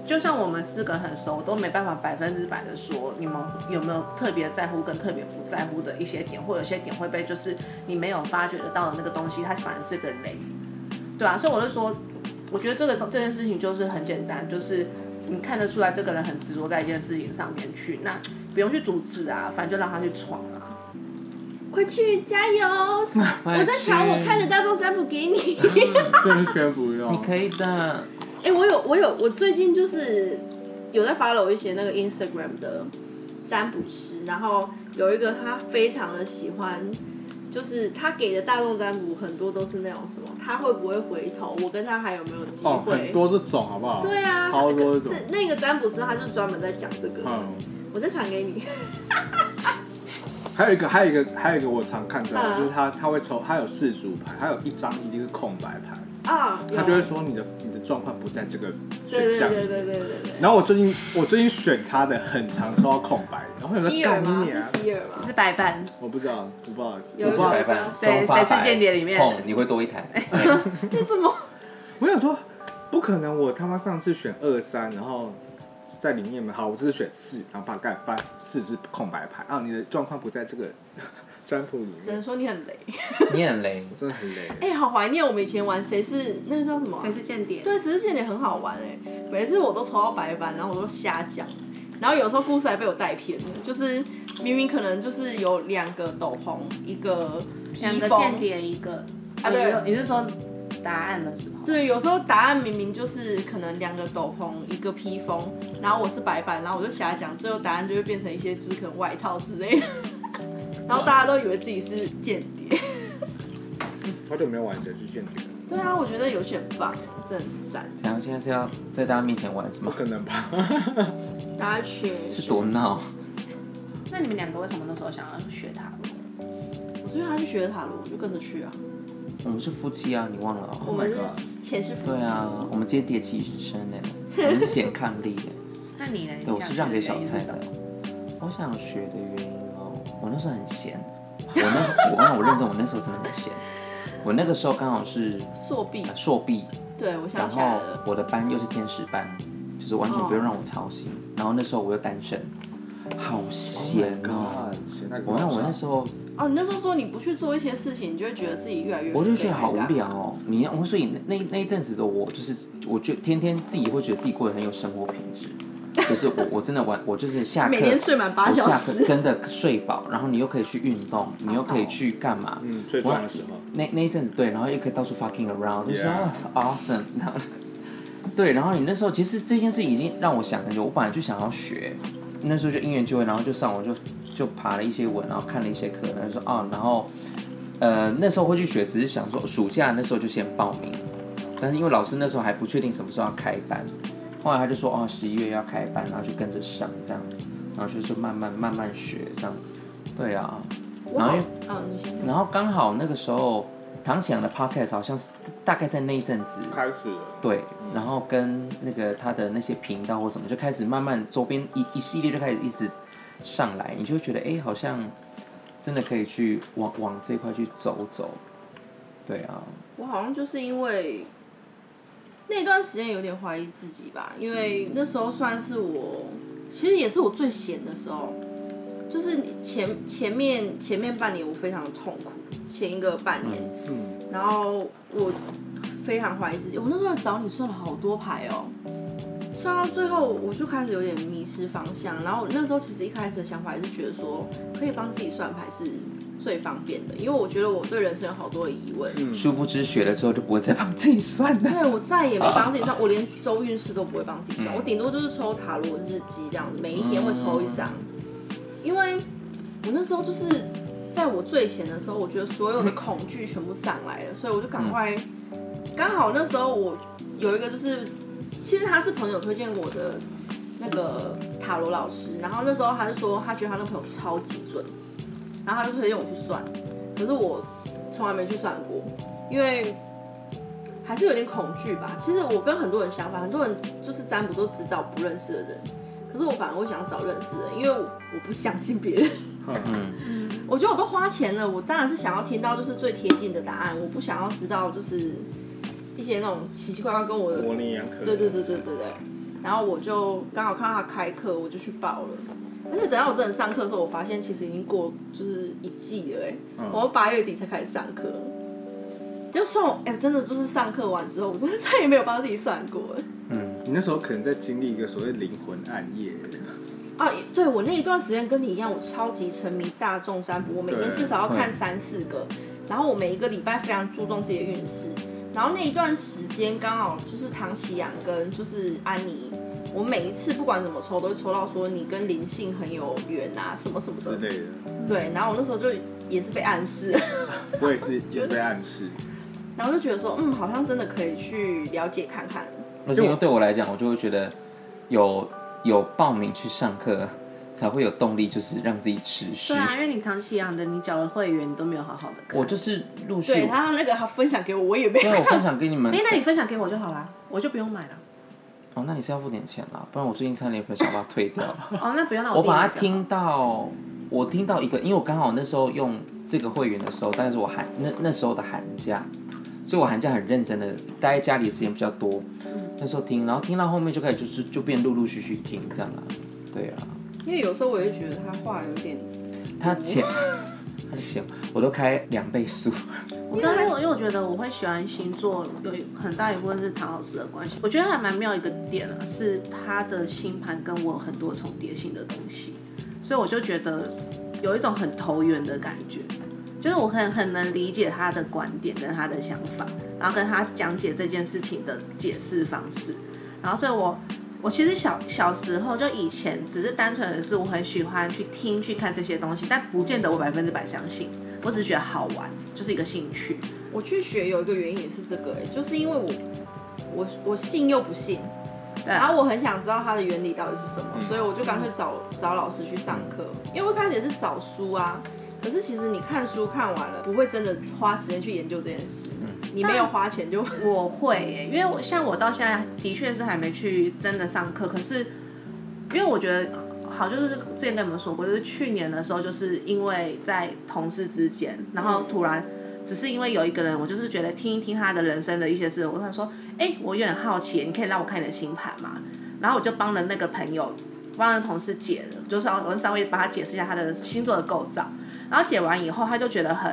S4: 就像我们四个很熟，都没办法百分之百的说你们有没有特别在乎跟特别不在乎的一些点，或有些点会被就是你没有发觉得到的那个东西，它反而是个雷，对啊，所以我就说，我觉得这个这件事情就是很简单，就是你看得出来这个人很执着在一件事情上面去，那不用去阻止啊，反正就让他去闯啊。
S5: 快去加油！我在传我看的大众占卜给你。
S2: 真的全不用，
S3: 你可以的，
S5: 哎、我有我有，我最近就是有在 follow 一些那个 Instagram 的占卜师，然后有一个他非常的喜欢，就是他给的大众占卜很多都是那种什么，他会不会回头，我跟他还有没有机
S2: 哦，
S5: 会
S2: 很。多这种好不好？
S5: 对啊，
S2: 超多这
S5: 这
S2: 种，
S5: 那个占卜师他就专门在讲这个，
S2: 嗯。
S5: 我再传给你。
S2: 还有一个，还有一个，还有一个，我常看到，
S5: 嗯
S2: 就是他他会抽，他有四组牌，还有一张一定是空白牌，
S5: 啊，有
S2: 他就会说你的你的状况不在这个选
S5: 对
S2: 项
S5: 对
S2: 里
S5: 对
S2: 面。
S5: 对对对对。
S2: 然后我最近我最近选他的很常抽到空白，然后有人
S5: 希尔
S2: 干
S5: 吗？
S2: 你
S5: 是
S2: 啊！
S5: 希尔吗？
S4: 是白板，
S2: 我不知道，我不知道，
S5: 有
S2: 我不
S3: 不是
S2: 知道
S3: 白。板，
S4: 对
S3: 中发
S4: 谁
S3: 白
S4: 是间谍里面
S3: 碰你会多一 台，
S5: 那什么？
S2: 我想说，不可能，我他妈上次选二三，然后在里面嘛，好，我这次选四，然后把盖翻四是空白牌啊，你的状况不在这个 占卜里
S5: 只
S2: 面，
S5: 能说你很雷。
S3: 你很雷，
S2: 我真的很累。
S5: 哎、好怀念我们以前玩谁是那个叫什么啊、
S4: 谁是间谍？
S5: 对，十字线也很好玩哎、每次我都抽到白板，然后我都瞎讲，然后有时候故事还被我带偏了，就是明明可能就是有两个斗篷，一个披
S4: 两个间
S5: 风，
S4: 谍一个
S5: 啊对
S4: 你说你是说答案的时候？
S5: 对，有时候答案明明就是可能两个斗篷，一个披风，然后我是白板，然后我就瞎讲，最后答案就会变成一些就是可能外套之类的， 然后大家都以为自己是间谍。
S2: 好久没有玩谁是间谍了，
S5: 对啊，我觉得有些很棒，真的很赞，
S3: 怎样？现在是要在大家面前玩什
S2: 不
S3: 么？
S2: 可能吧？
S5: 大家学。
S3: 是多闹？
S4: 那你们两个为什么那时候想要学塔罗？
S5: 我是因为他去学塔罗，我就跟着去啊。
S3: 我们是夫妻啊，你忘了哦
S5: 我
S3: Oh
S5: 们
S3: my
S5: 是
S3: god！
S5: 前世夫
S3: 对
S5: 妻。
S3: 啊，我们接地气生哎， 我们是显抗力哎，
S4: 那你呢？
S3: 对，我是让给小
S4: 蔡
S3: 蔡的。我想学的原因哦，我那时候很闲，我那时我那我认真，我那时候真的很闲。我那个时候刚好是
S5: 硕毕，
S3: 呃硕毕，
S5: 对我想
S3: 然
S5: 起来
S3: 后
S5: 了，
S3: 我的班又是天使班，就是完
S5: 哦
S3: 全不用让我操心。然后那时候我又单身，好
S5: Oh
S2: Oh
S3: 闲哦。
S2: 闲那个
S3: 我那我那时候
S5: 哦，你那时候说你不去做一些事情，你就会觉得自己越来越，
S3: 我就觉得好无。聊哦。你我所以那那一阵子的我，就是我就天天自己会觉得自己过得很有生活品质，就是我我真的玩，我就是下课
S5: 每天睡满八
S3: 我
S5: 小
S3: 下课
S5: 时，
S3: 真的睡饱，然后你又可以去运动，你又可以去干嘛？
S2: 嗯最
S3: 我
S2: 壮的时候，
S3: 那那一阵子对，然后又可以到处 fucking around，我就说
S2: Yeah.
S3: 啊 awesome，然 后对，然后你那时候其实这件事已经让我想很久，我本来就想要学，那时候就因缘际会，然后就上网就就爬了一些文，然后看了一些课，然后就说啊，然后呃那时候会去学，只是想说暑假那时候就先报名，但是因为老师那时候还不确定什么时候要开班，后来他就说哦十一月要开班，然后就跟着上这样，然后就是慢慢慢慢学这样，对啊，然后因为
S5: 哦，你先
S3: 然后刚好那个时候，唐启阳的 podcast 好像是大概在那一阵子，
S2: 开始了，
S3: 对，然后跟那个他的那些频道或什么，就开始慢慢周边一一系列就开始一直上来，你就会觉得哎、诶好像真的可以去往往这一块去走走。对啊，
S5: 我好像就是因为那段时间有点怀疑自己吧，因
S2: 嗯
S5: 为那时候算是我，其实也是我最闲的时候，就是前前面前面半年我非常痛苦，前一个半年，
S2: 嗯，
S5: 然后我非常怀疑自己，我那时候找你算了好多牌哦。算到最后，我就开始有点迷失方向。然后那时候其实一开始的想法也是觉得说，可以帮自己算牌是最方便的，因为我觉得我对人生有好多的疑
S2: 嗯
S5: 问。
S4: 嗯
S3: 殊不知学了之后就不会再帮自己算了。
S5: 对，我再也没帮自己算，我连周运势都不会帮自己算，我顶多就是抽塔罗日记这样子，每一天会抽一张。因为我那时候就是在我最闲的时候，我觉得所有的恐惧全部上来了，所以我就赶快，刚好那时候我有一个就是，其实他是朋友推荐我的那个塔罗老师，然后那时候他就说他觉得他那朋友超级准，然后他就推荐我去算，可是我从来没去算过，因为还是有点恐惧吧。其实我跟很多人相反，很多人就是占卜都只找不认识的人，可是我反而会想找认识的人，因为我我不相信别人。
S3: 嗯，
S5: 我觉得我都花钱了，我当然是想要听到就是最贴近的答案，我不想要知道就是一些那种奇奇怪怪跟我的
S2: 模棱两可，
S5: 对对对对对对。然后我就刚好看到他开课，我就去报了。而且等到我真的上课的时候，我发现其实已经过就是一季了哎、
S2: 嗯
S5: 我八月底才开始上课。就算我哎、真的就是上课完之后，我真的再也没有帮自己算过了。
S2: 你那时候可能在经历一个所谓灵魂暗夜，
S5: 啊，对我那一段时间跟你一样，我超级沉迷大众占卜，我每天
S2: 对
S5: 至少要看三四个，然后我每一个礼拜非常注重自己的运势。然后那一段时间刚好就是唐启阳跟就是安妮，我每一次不管怎么抽都会抽到说你跟灵性很有缘啊，什么什么
S2: 之
S5: 的。
S2: 类的。
S5: 对，然后我那时候就也是被暗示，
S2: 我也是也是被暗示，
S5: 然后就觉得说，嗯，好像真的可以去了解看看。
S3: 而且对我来讲，我就会觉得有有报名去上课，才会有动力，就是让自己持续
S4: 对。啊，因为你唐启阳的，你缴了会员，你都没有好好的看。
S3: 我就是陆续，
S5: 对他那个他分享给我，我也没
S3: 对
S5: 有
S3: 啊，我分享给你 们。
S4: 哎，那你分享给我就好啦，我就不用买了。
S3: 哦，那你是要付点钱啦，不然我最近三连粉想把它退 掉。
S4: 哦，那不用，那
S3: 我
S4: 自己
S3: 把它
S4: 买
S5: 啊
S4: 就好
S3: 听到，我听到一个，因为我刚好那时候用这个会员的时候，但是我寒那那时候的寒假，所以我寒假很认真的待在家里的时间比较多，
S5: 嗯
S3: 那时候听，然后听到后面就开始就是就变陆陆续续听这样啦、对啊，
S5: 因为有时候我就觉得他话有点
S3: 他
S5: 嗯
S3: 钱。他的钱我都开两倍速，
S4: 我跟因为我觉得我会喜欢星座，有很大一部分是唐老师的关系。我觉得还蛮妙一个点啊，是他的星盘跟我有很多重叠性的东西，所以我就觉得有一种很投缘的感觉，就是我很很能理解他的观点跟他的想法，然后跟他讲解这件事情的解释方式，然后所以我。我其实小小时候就以前只是单纯的是我很喜欢去听去看这些东西，但不见得我百分之百相信，我只是觉得好玩，就是一个兴趣。
S5: 我去学有一个原因也是这个、欸，就是因为我我我信又不信，
S4: 对嗯
S5: 然
S4: 啊，
S5: 后我很想知道它的原理到底是什么，所以我就干脆找找老师去上课，因为我一开始也是找书啊。可是其实你看书看完了，不会真的花时间去研究这件事，
S4: 嗯
S5: 你没有花钱就
S4: 我会耶、因为我像我到现在的确是还没去真的上课，可是因为我觉得呃好，就是之前跟你们说过，就是去年的时候，就是因为在同事之间，然后突然只是因为有一个人，我就是觉得听一听他的人生的一些事，我跟他说，哎、我有点好奇，你可以让我看你的星盘吗？然后我就帮了那个朋友，帮了同事解了，就是我稍微帮他解释一下他的星座的构造。然后解完以后，他就觉得很，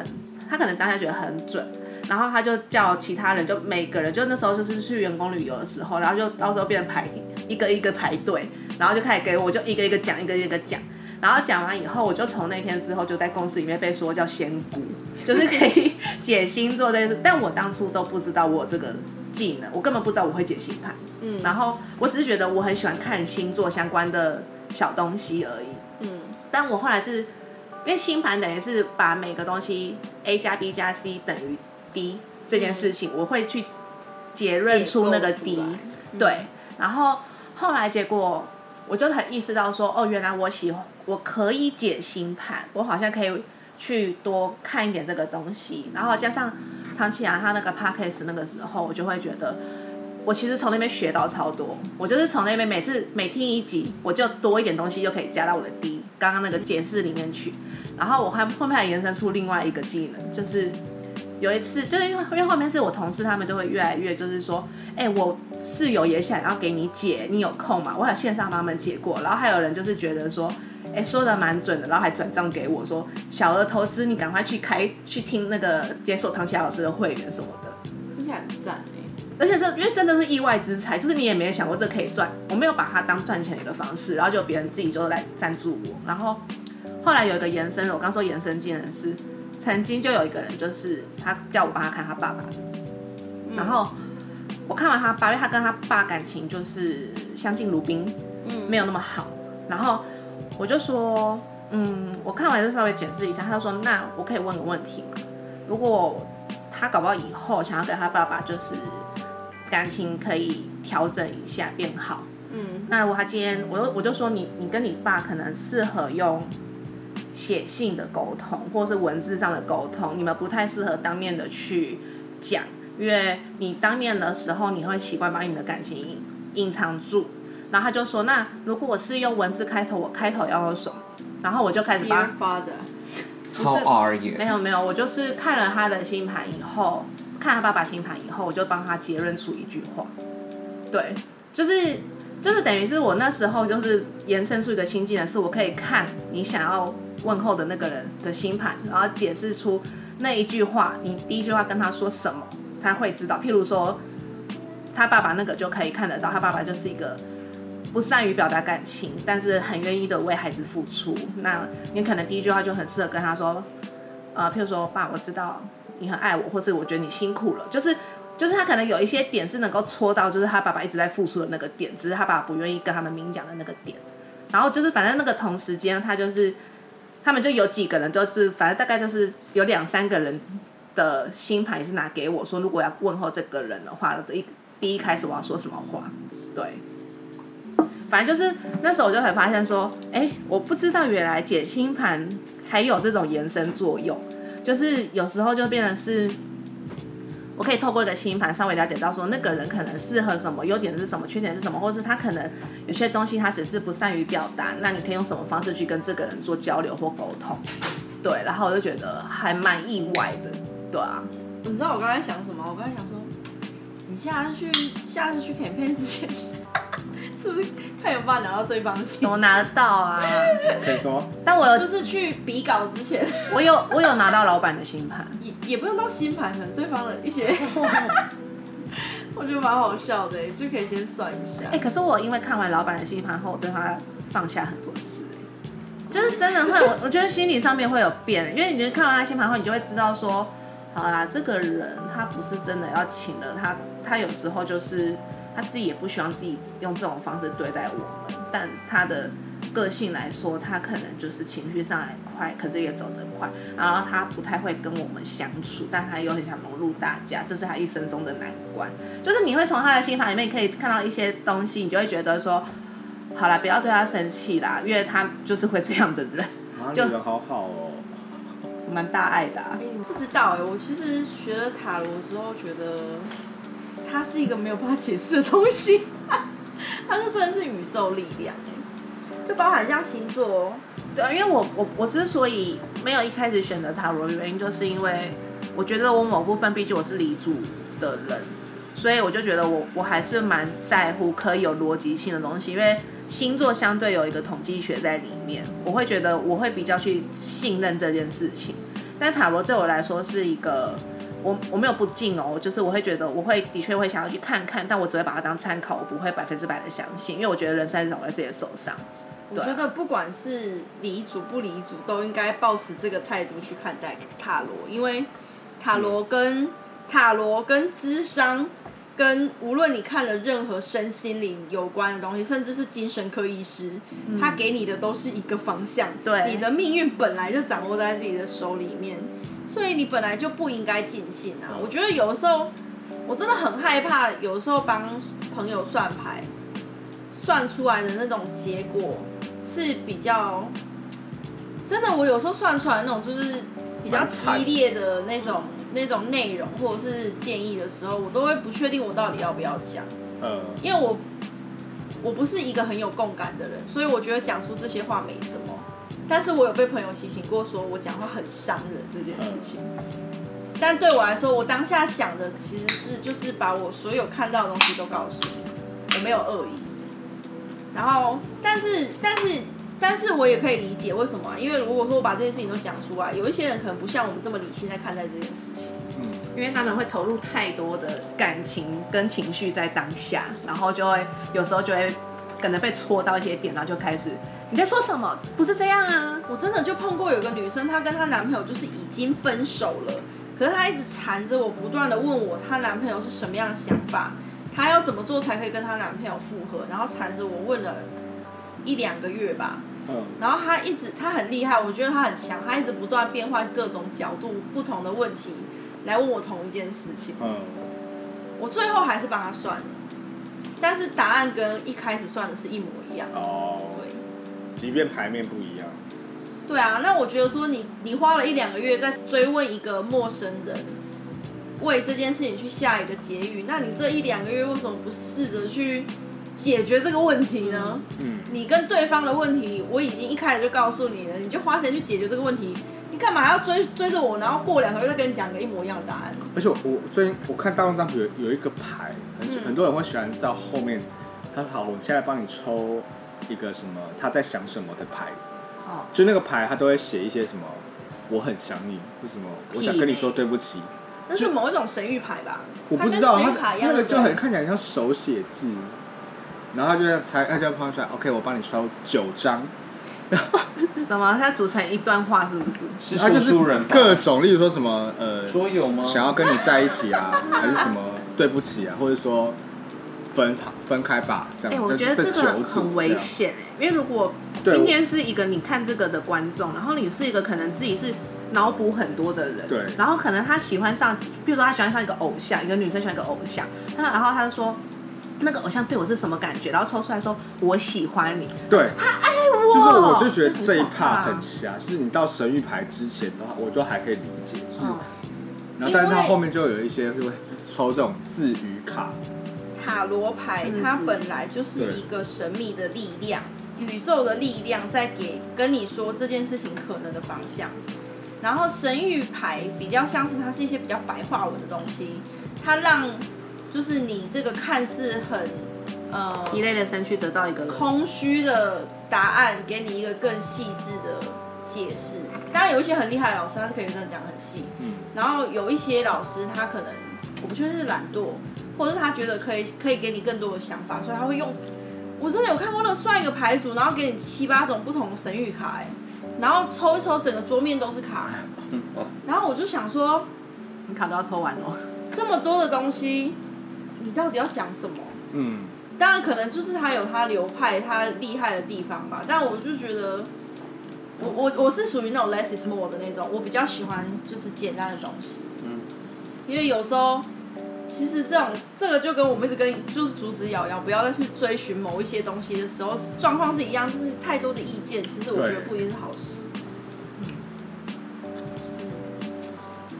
S4: 他可能当下觉得很准，然后他就叫其他人，就每个人，就那时候就是去员工旅游的时候，然后就到时候变成排一个一个排队，然后就开始给我，我就一个一个讲，一个一个讲。然后讲完以后，我就从那天之后就在公司里面被说叫仙 姑，就是可以解星座这件事。但我当初都不知道我有这个技能，我根本不知道我会解星盘。
S5: 嗯
S4: 然后我只是觉得我很喜欢看星座相关的小东西而已。
S5: 嗯，
S4: 但我后来是因为星盘等于是把每个东西 A 加 B 加 C 等于 D 这件事情，我会去结论出那个 D
S5: 嗯解构啊出来。
S4: 对，然后后来结果我就很意识到说，哦，原来我喜欢，我可以解星盘，我好像可以去多看一点这个东西。然后加上唐启阳他那个 podcast 那个时候，我就会觉得。我其实从那边学到超多，我就是从那边每次每听一集，我就多一点东西，就可以加到我的 D 刚刚那个解释里面去。然后我还后面还延伸出另外一个技能，就是有一次，就是因为因为后面是我同事他们就会越来越就是说，哎、我室友也想要给你解，你有空吗？我有线上帮他们解过，然后还有人就是觉得说，哎、说的蛮准的，然后还转账给我说，小额投资你赶快去开去听那个解锁唐奇老师的会员什么的。
S5: 听起来很赞哎，
S4: 而且这因为真的是意外之财，就是你也没有想过这可以赚，我没有把它当赚钱的一个方式，然后就别人自己就来赞助我，然后后来有一个延伸，我刚说延伸技能是，曾经就有一个人就是他叫我帮他看他爸爸，然后我看完他爸，因为他跟他爸感情就是相敬如宾，
S5: 嗯
S4: 没有那么好，然后我就说，嗯，我看完就稍微解释一下，他就说，那我可以问个问题吗？如果他搞不好以后想要跟他爸爸就是感情可以调整一下变好，
S5: 嗯
S4: 那如果他今天，我就我就说你你跟你爸可能适合用写信的沟通，或是文字上的沟通，你们不太适合当面的去讲，因为你当面的时候，你会习惯把你们的感情隐隐藏住。然后他就说，那如果我是用文字开头，我开头要用什么？然后我就开始帮他
S5: Dear Father，
S4: 不
S3: How
S4: 是
S3: are you？
S5: 哎
S4: 没有没有，我就是看了他的星盘以后，看他爸爸星盘以后，我就帮他结论出一句话。对，就是就是等于是我那时候就是延伸出一个新技能，是我可以看你想要问候的那个人的星盘，然后解释出那一句话，你第一句话跟他说什么，他会知道。譬如说，他爸爸那个就可以看得到，他爸爸就是一个不善于表达感情，但是很愿意的为孩子付出。那你可能第一句话就很适合跟他说，呃，譬如说，爸，我知道你很爱我，或是我觉得你辛苦了，就是就是他可能有一些点是能够戳到，就是他爸爸一直在付出的那个点，只是他爸爸不愿意跟他们明讲的那个点。然后就是反正那个同时间，他就是他们就有几个人，就是反正大概就是有两三个人的星盘是拿给我说，如果要问候这个人的话，一第一开始我要说什么话，对。反正就是那时候我就很发现说，哎、我不知道原来解星盘还有这种延伸作用，就是有时候就变成是，我可以透过一个星盘稍微了解到说那个人可能适合什么，优点是什么，缺点是什么，或是他可能有些东西他只是不善于表达，那你可以用什么方式去跟这个人做交流或沟通？对，然后我就觉得还蛮意外的，对啊，
S5: 你知道我刚才想什么？我刚才想说，你下次去下次去 campaign 之前， 是不是看有没有办法拿到对方的信
S4: 怎？么拿得到啊？
S2: 可以说
S4: 但我
S5: 就
S4: 有
S5: 是去比稿之前，
S4: 我有我有拿到老板的星盘，
S5: 也也不用到星盘，可能对方的一些，我觉得蛮好笑的，欸就可以先算一下
S4: 哎、。可是我因为看完老板的星盘后，我对他放下很多事、哎，就是真的会，我我觉得心理上面会有变，因为你觉得看完他星盘后，你就会知道说，好啦，这个人他不是真的要请了他，他有时候就是他自己也不希望自己用这种方式对待我们，但他的个性来说，他可能就是情绪上来快，可是也走得快，然后他不太会跟我们相处，但他又很想融入大家，这是他一生中的难关。就是你会从他的心法里面可以看到一些东西，你就会觉得说，好啦，不要对他生气啦，因为他就是会这样的人，
S2: 啊，你
S4: 就
S2: 人好好哦，
S4: 蛮大爱的、啊
S5: 哎。不知道哎、我其实学了塔罗之后，觉得它 是一个没有办法解释的东西，它就真的是宇宙力量哎、就包含像星座哦，
S4: 对，因为我我我之所以没有一开始选择塔罗，原因就是因为我觉得我某部分，毕竟我是离主的人，所以我就觉得我我还是蛮在乎可以有逻辑性的东西，因为星座相对有一个统计学在里面，我会觉得我会比较去信任这件事情。但塔罗对我来说是一个，我我没有不敬哦，就是我会觉得我会的确会想要去看看，但我只会把它当参考，我不会百分之百的相信，因为我觉得人生还是掌握在自己的手上。
S5: 我
S4: 对啊
S5: 觉得不管是离组不离组，都应该保持这个态度去看待塔罗，因为塔罗
S4: 嗯
S5: 跟、塔罗跟智商，跟无论你看了任何身心灵有关的东西，甚至是精神科医师，他给你的都是一个方向。
S4: 嗯对
S5: 你的命运本来就掌握在自己的手里面，所以你本来就不应该尽信啊。我觉得有时候我真的很害怕，有时候帮朋友算牌，算出来的那种结果是比较，真的，我有时候算出来那种就是比较
S3: 蛮惨
S5: 激烈的那种那种内容或者是建议的时候，我都会不确定我到底要不要讲，
S2: 呃，
S5: 因为我我不是一个很有共感的人，所以我觉得讲出这些话没什么。但是我有被朋友提醒过，说我讲话很伤人这件事情。但对我来说，我当下想的其实是就是把我所有看到的东西都告诉你，我没有恶意。然后，但是，但是，但是我也可以理解为什么啊、因为如果说我把这些事情都讲出来，有一些人可能不像我们这么理性在看待这件事情。
S2: 嗯，
S4: 因为他们会投入太多的感情跟情绪在当下，然后就会有时候就会可能被戳到一些点，然后就开始你在说什么？不是这样啊！
S5: 我真的就碰过有个女生，她跟她男朋友就是已经分手了，可是她一直缠着我，不断的问我她男朋友是什么样的想法，她要怎么做才可以跟她男朋友复合，然后缠着我问了一两个月吧。
S2: 嗯，
S5: 然后她一直她很厉害，我觉得她很强，她一直不断变换各种角度、不同的问题来问我同一件事情。
S2: 嗯，
S5: 我最后还是帮她算了，但是答案跟一开始算的是一模一样。
S2: 哦，
S5: 对。
S2: 即便牌面不一样，
S5: 对啊，那我觉得说你你花了一两个月在追问一个陌生人，为这件事情去下一个结语，那你这一两个月为什么不试着去解决这个问题呢？
S2: 嗯，
S5: 你跟对方的问题，我已经一开始就告诉你了，你就花钱去解决这个问题，你干嘛还要追追着我，然后过两个月再跟你讲个一模一样的答案？
S2: 而且我我最近我看大众占卜有有一个牌，很、
S5: 嗯
S2: 很多人会喜欢到后面，他好，我现在帮你抽一个什么他在想什么的牌，
S4: 哦，
S2: 就那个牌他都会写一些什么，我很想你，为什么我想跟你说对不起，
S5: 那是某一种神谕牌吧？
S2: 我不知道
S5: 它
S2: 他
S5: 跟神谕卡一样，
S2: 那个
S5: 对不
S2: 就
S5: 对
S2: 很看起来像手写字，然后他就在猜，他就在抛出来，OK，我帮你抽九张，
S4: 什么？它组成一段话是不是？
S3: 是
S2: 他
S3: 说
S2: 就是
S3: 书人吧
S2: 各种，例如说什么呃，
S3: 桌游吗？
S2: 想要跟你在一起 啊，还是什么对不起啊，或者说分分开吧，这
S4: 哎、
S2: 样。
S4: 我觉得
S2: 这
S4: 这个
S2: 九组
S4: 很危
S2: 这样。
S4: 险哎、因为如果
S2: 对
S4: 今天是一个你看这个的观众，然后你是一个可能自己是脑补很多的人，
S2: 对
S4: 然后可能他喜欢上，比如说他喜欢上一个偶像，一个女生喜欢一个偶像，那然后他就说。那个偶像对我是什么感觉？然后抽出来说我喜欢你，
S2: 对，
S4: 就
S2: 就是我就觉得这一
S4: 怕
S2: 趴很瞎，就是你到神谕牌之前的话，我就还可以理解，就是，
S4: 嗯，
S2: 然后但是
S5: 因
S2: 它
S5: 为
S2: 后面就有一些就会抽这种自语卡，
S5: 塔罗牌它本来就是一个神秘的力量，宇宙的力量在给跟你说这件事情可能的方向。然后神谕牌比较像是它是一些比较白话文的东西，它让就是你这个看似很呃
S4: 一类的身躯得到一个
S5: 空虚的答案，给你一个更细致的解释。当然有一些很厉害的老师，他是可以真的讲得很细，
S2: 嗯，
S5: 然后有一些老师他可能我不确定是懒惰，或者是他觉得可以可以给你更多的想法，所以他会用。我真的有看过那个算一个牌组，然后给你七八种不同的神谕卡、哎，然后抽一抽，整个桌面都是卡。然后我就想说，
S4: 你卡都要抽完哦。
S5: 这么多的东西，你到底要讲什么？
S2: 嗯，
S5: 当然，可能就是他有他流派他厉害的地方吧。但我就觉得，我我我是属于那种 less is more 的那种，我比较喜欢就是简单的东西。
S3: 嗯，
S5: 因为有时候其实这种这个就跟我们一直跟就是阻止瑶瑶不要再去追寻某一些东西的时候状况是一样，就是太多的意见，其实我觉得
S2: 对
S5: 不一定是好事。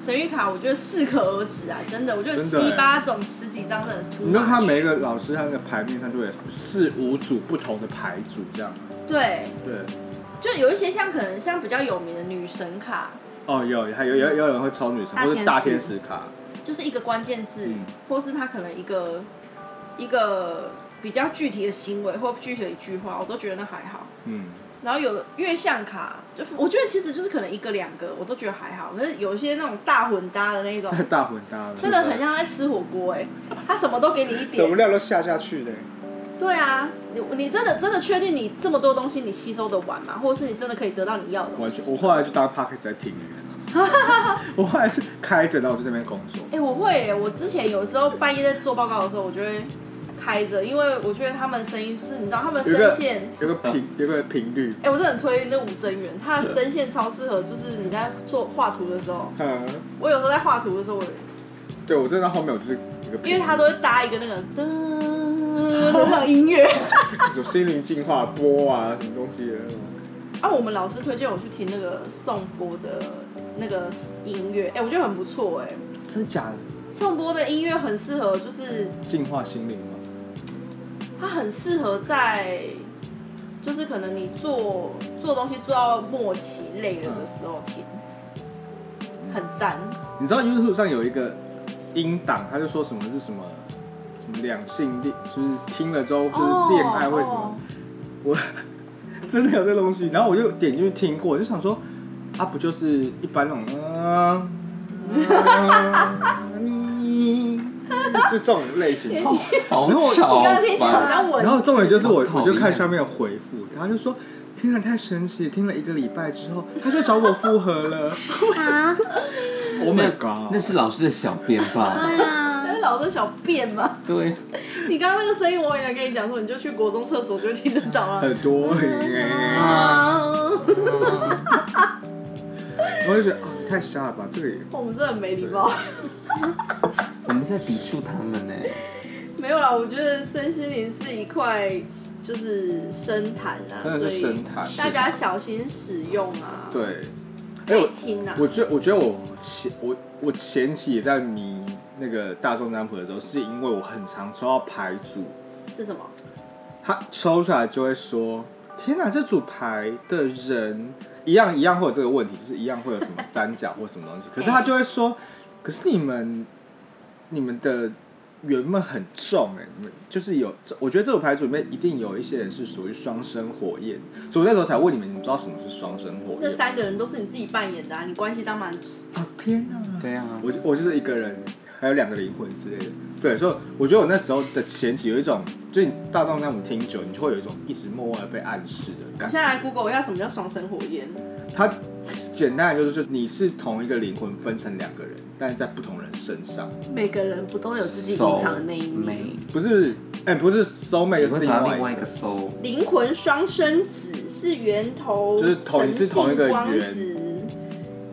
S5: 神谕卡我觉得适可而止啊，真的，我觉得
S2: 真的欸
S5: 七八种、十几张的图，
S2: 你看他每一个老师他那个牌面上就有四五组不同的牌组这样，
S5: 对，
S2: 对，
S5: 就有一些像可能像比较有名的女神卡，
S2: 哦有还有有有人会抽女神
S4: 大
S2: 或
S4: 天
S2: 者
S4: 使
S2: 大天使卡，
S5: 就是一个关键字，
S2: 嗯
S5: 或是他可能一个一个比较具体的行为或具体的一句话，我都觉得那还好。
S2: 嗯，
S5: 然后有月相卡，就我觉得其实就是可能一个两个我都觉得还好，可是有一些那种大混搭的那种，
S2: 大混搭的，
S5: 真的很像在吃火锅哎、他什么都给你一
S2: 什么
S5: 点。
S2: 料都下下去的，
S5: 对啊，你你真的真的确定你这么多东西你吸收的完吗？或者是你真的可以得到你要的东
S2: 完
S5: 西
S2: 全，？我后来就当 p o d c a s 在听， 我后来是开着，然后我就在那边工作，
S5: 哎、我会耶、我之前有时候半夜在做报告的时候，我就会开着，因为我觉得他们声音就是，你知道他们
S2: 有一个
S5: 声线，
S2: 有个频有个频率，
S5: 哎、我真的很推那吴真源，他的声线超适合，就是你在做画图的时候，
S2: 嗯，
S5: 我有时候在画图的时候，我
S2: 对我真的到后面我就是一个频率，
S5: 因为他都会搭一个那个噔 那种音乐，
S2: 有心灵净化波啊什么东西的那种，
S5: 啊，我们老师推荐我去听那个宋波的那个音乐，哎、我觉得很不错哎、
S2: 真假的？
S5: 宋波的音乐很适合，就是
S2: 净化心灵吗？
S5: 它很适合在，就是可能你做做东西做到末期累了的时候听，很赞。
S2: 你知道 YouTube 上有一个音档，他就说什么是什么什么两性恋，就是听了之后就是恋爱为什么？
S5: 哦
S2: 我 真的有这东西，然后我就点进去听过，我就想说啊，不就是一般那种嗯。嗯 就这种类型，
S3: 好
S2: 然后我
S3: 吵
S5: 哦？你刚刚听起来好
S3: 吧？
S5: 像
S2: 然
S5: 我
S2: 后重点就是我
S3: 好讨
S2: 我
S3: 厌
S2: 就看下面的回复，他就说：“天啊，太神奇了！听了一个礼拜之后，他就找我复合了。
S4: 啊，”
S2: Oh my god！
S3: 那是老师的小编吧？
S4: 对啊
S5: 那，是老师小便 嘛？
S3: 对，
S5: 你刚刚那个声音，我也来跟你讲说，你就去国中厕所就听得到啊。
S2: 很多 耶，
S5: 啊，
S2: 我就觉得啊，太瞎了吧，这个也
S5: 我们真的很没礼貌。
S3: 我们在抵触他们呢。
S5: 没有啦，我觉得身心灵是一块就是深潭啊，
S2: 真的是深潭
S5: 所以大家小心使用啊。，
S2: 对。哎、
S5: 可以
S2: 我
S5: 听啊。
S2: 我觉得我觉得我前我我前期也在迷那个大众占卜的时候，是因为我很常抽到牌组，
S5: 是什么？
S2: 他抽出来就会说：“天哪，这组牌的人一样一样会有这个问题，就是一样会有什么三角或什么东西。”可是他就会说：“可是你们你们的缘分很重哎、你们就是有，这我觉得这组牌组里面一定有一些人是属于双生火焰，所以我那时候才问你们，你们知道什么是双生火
S5: 那
S2: 焰？”
S5: 三个人都是你自己扮演的啊，你关系当然
S2: 啊天哪！
S3: 对啊，
S2: 我就我就是一个人，还有两个灵魂之类的。对，所以我觉得我那时候的前期有一种，就是你大众那种听久，你就会有一种一直默默的被暗示的
S5: 我
S2: 感
S5: 现
S2: 觉。
S5: 在来 Google 一下什么叫双生火焰。
S2: 它简单的就是，就是你是同一个灵魂分成两个人，但是在不同人身上，
S4: 每个人不都有自己隐藏的那一面？
S3: 美，
S2: 不是，哎、不是 soul mate，
S3: 你
S2: 就是
S3: 会
S2: 另
S3: 查到
S2: 外
S3: 另外
S2: 一
S3: 一个
S2: 个。
S3: soul，
S5: 灵魂双生子是源头，
S2: 就是同
S5: 神
S2: 是同一个
S5: 性光
S2: 源
S5: 子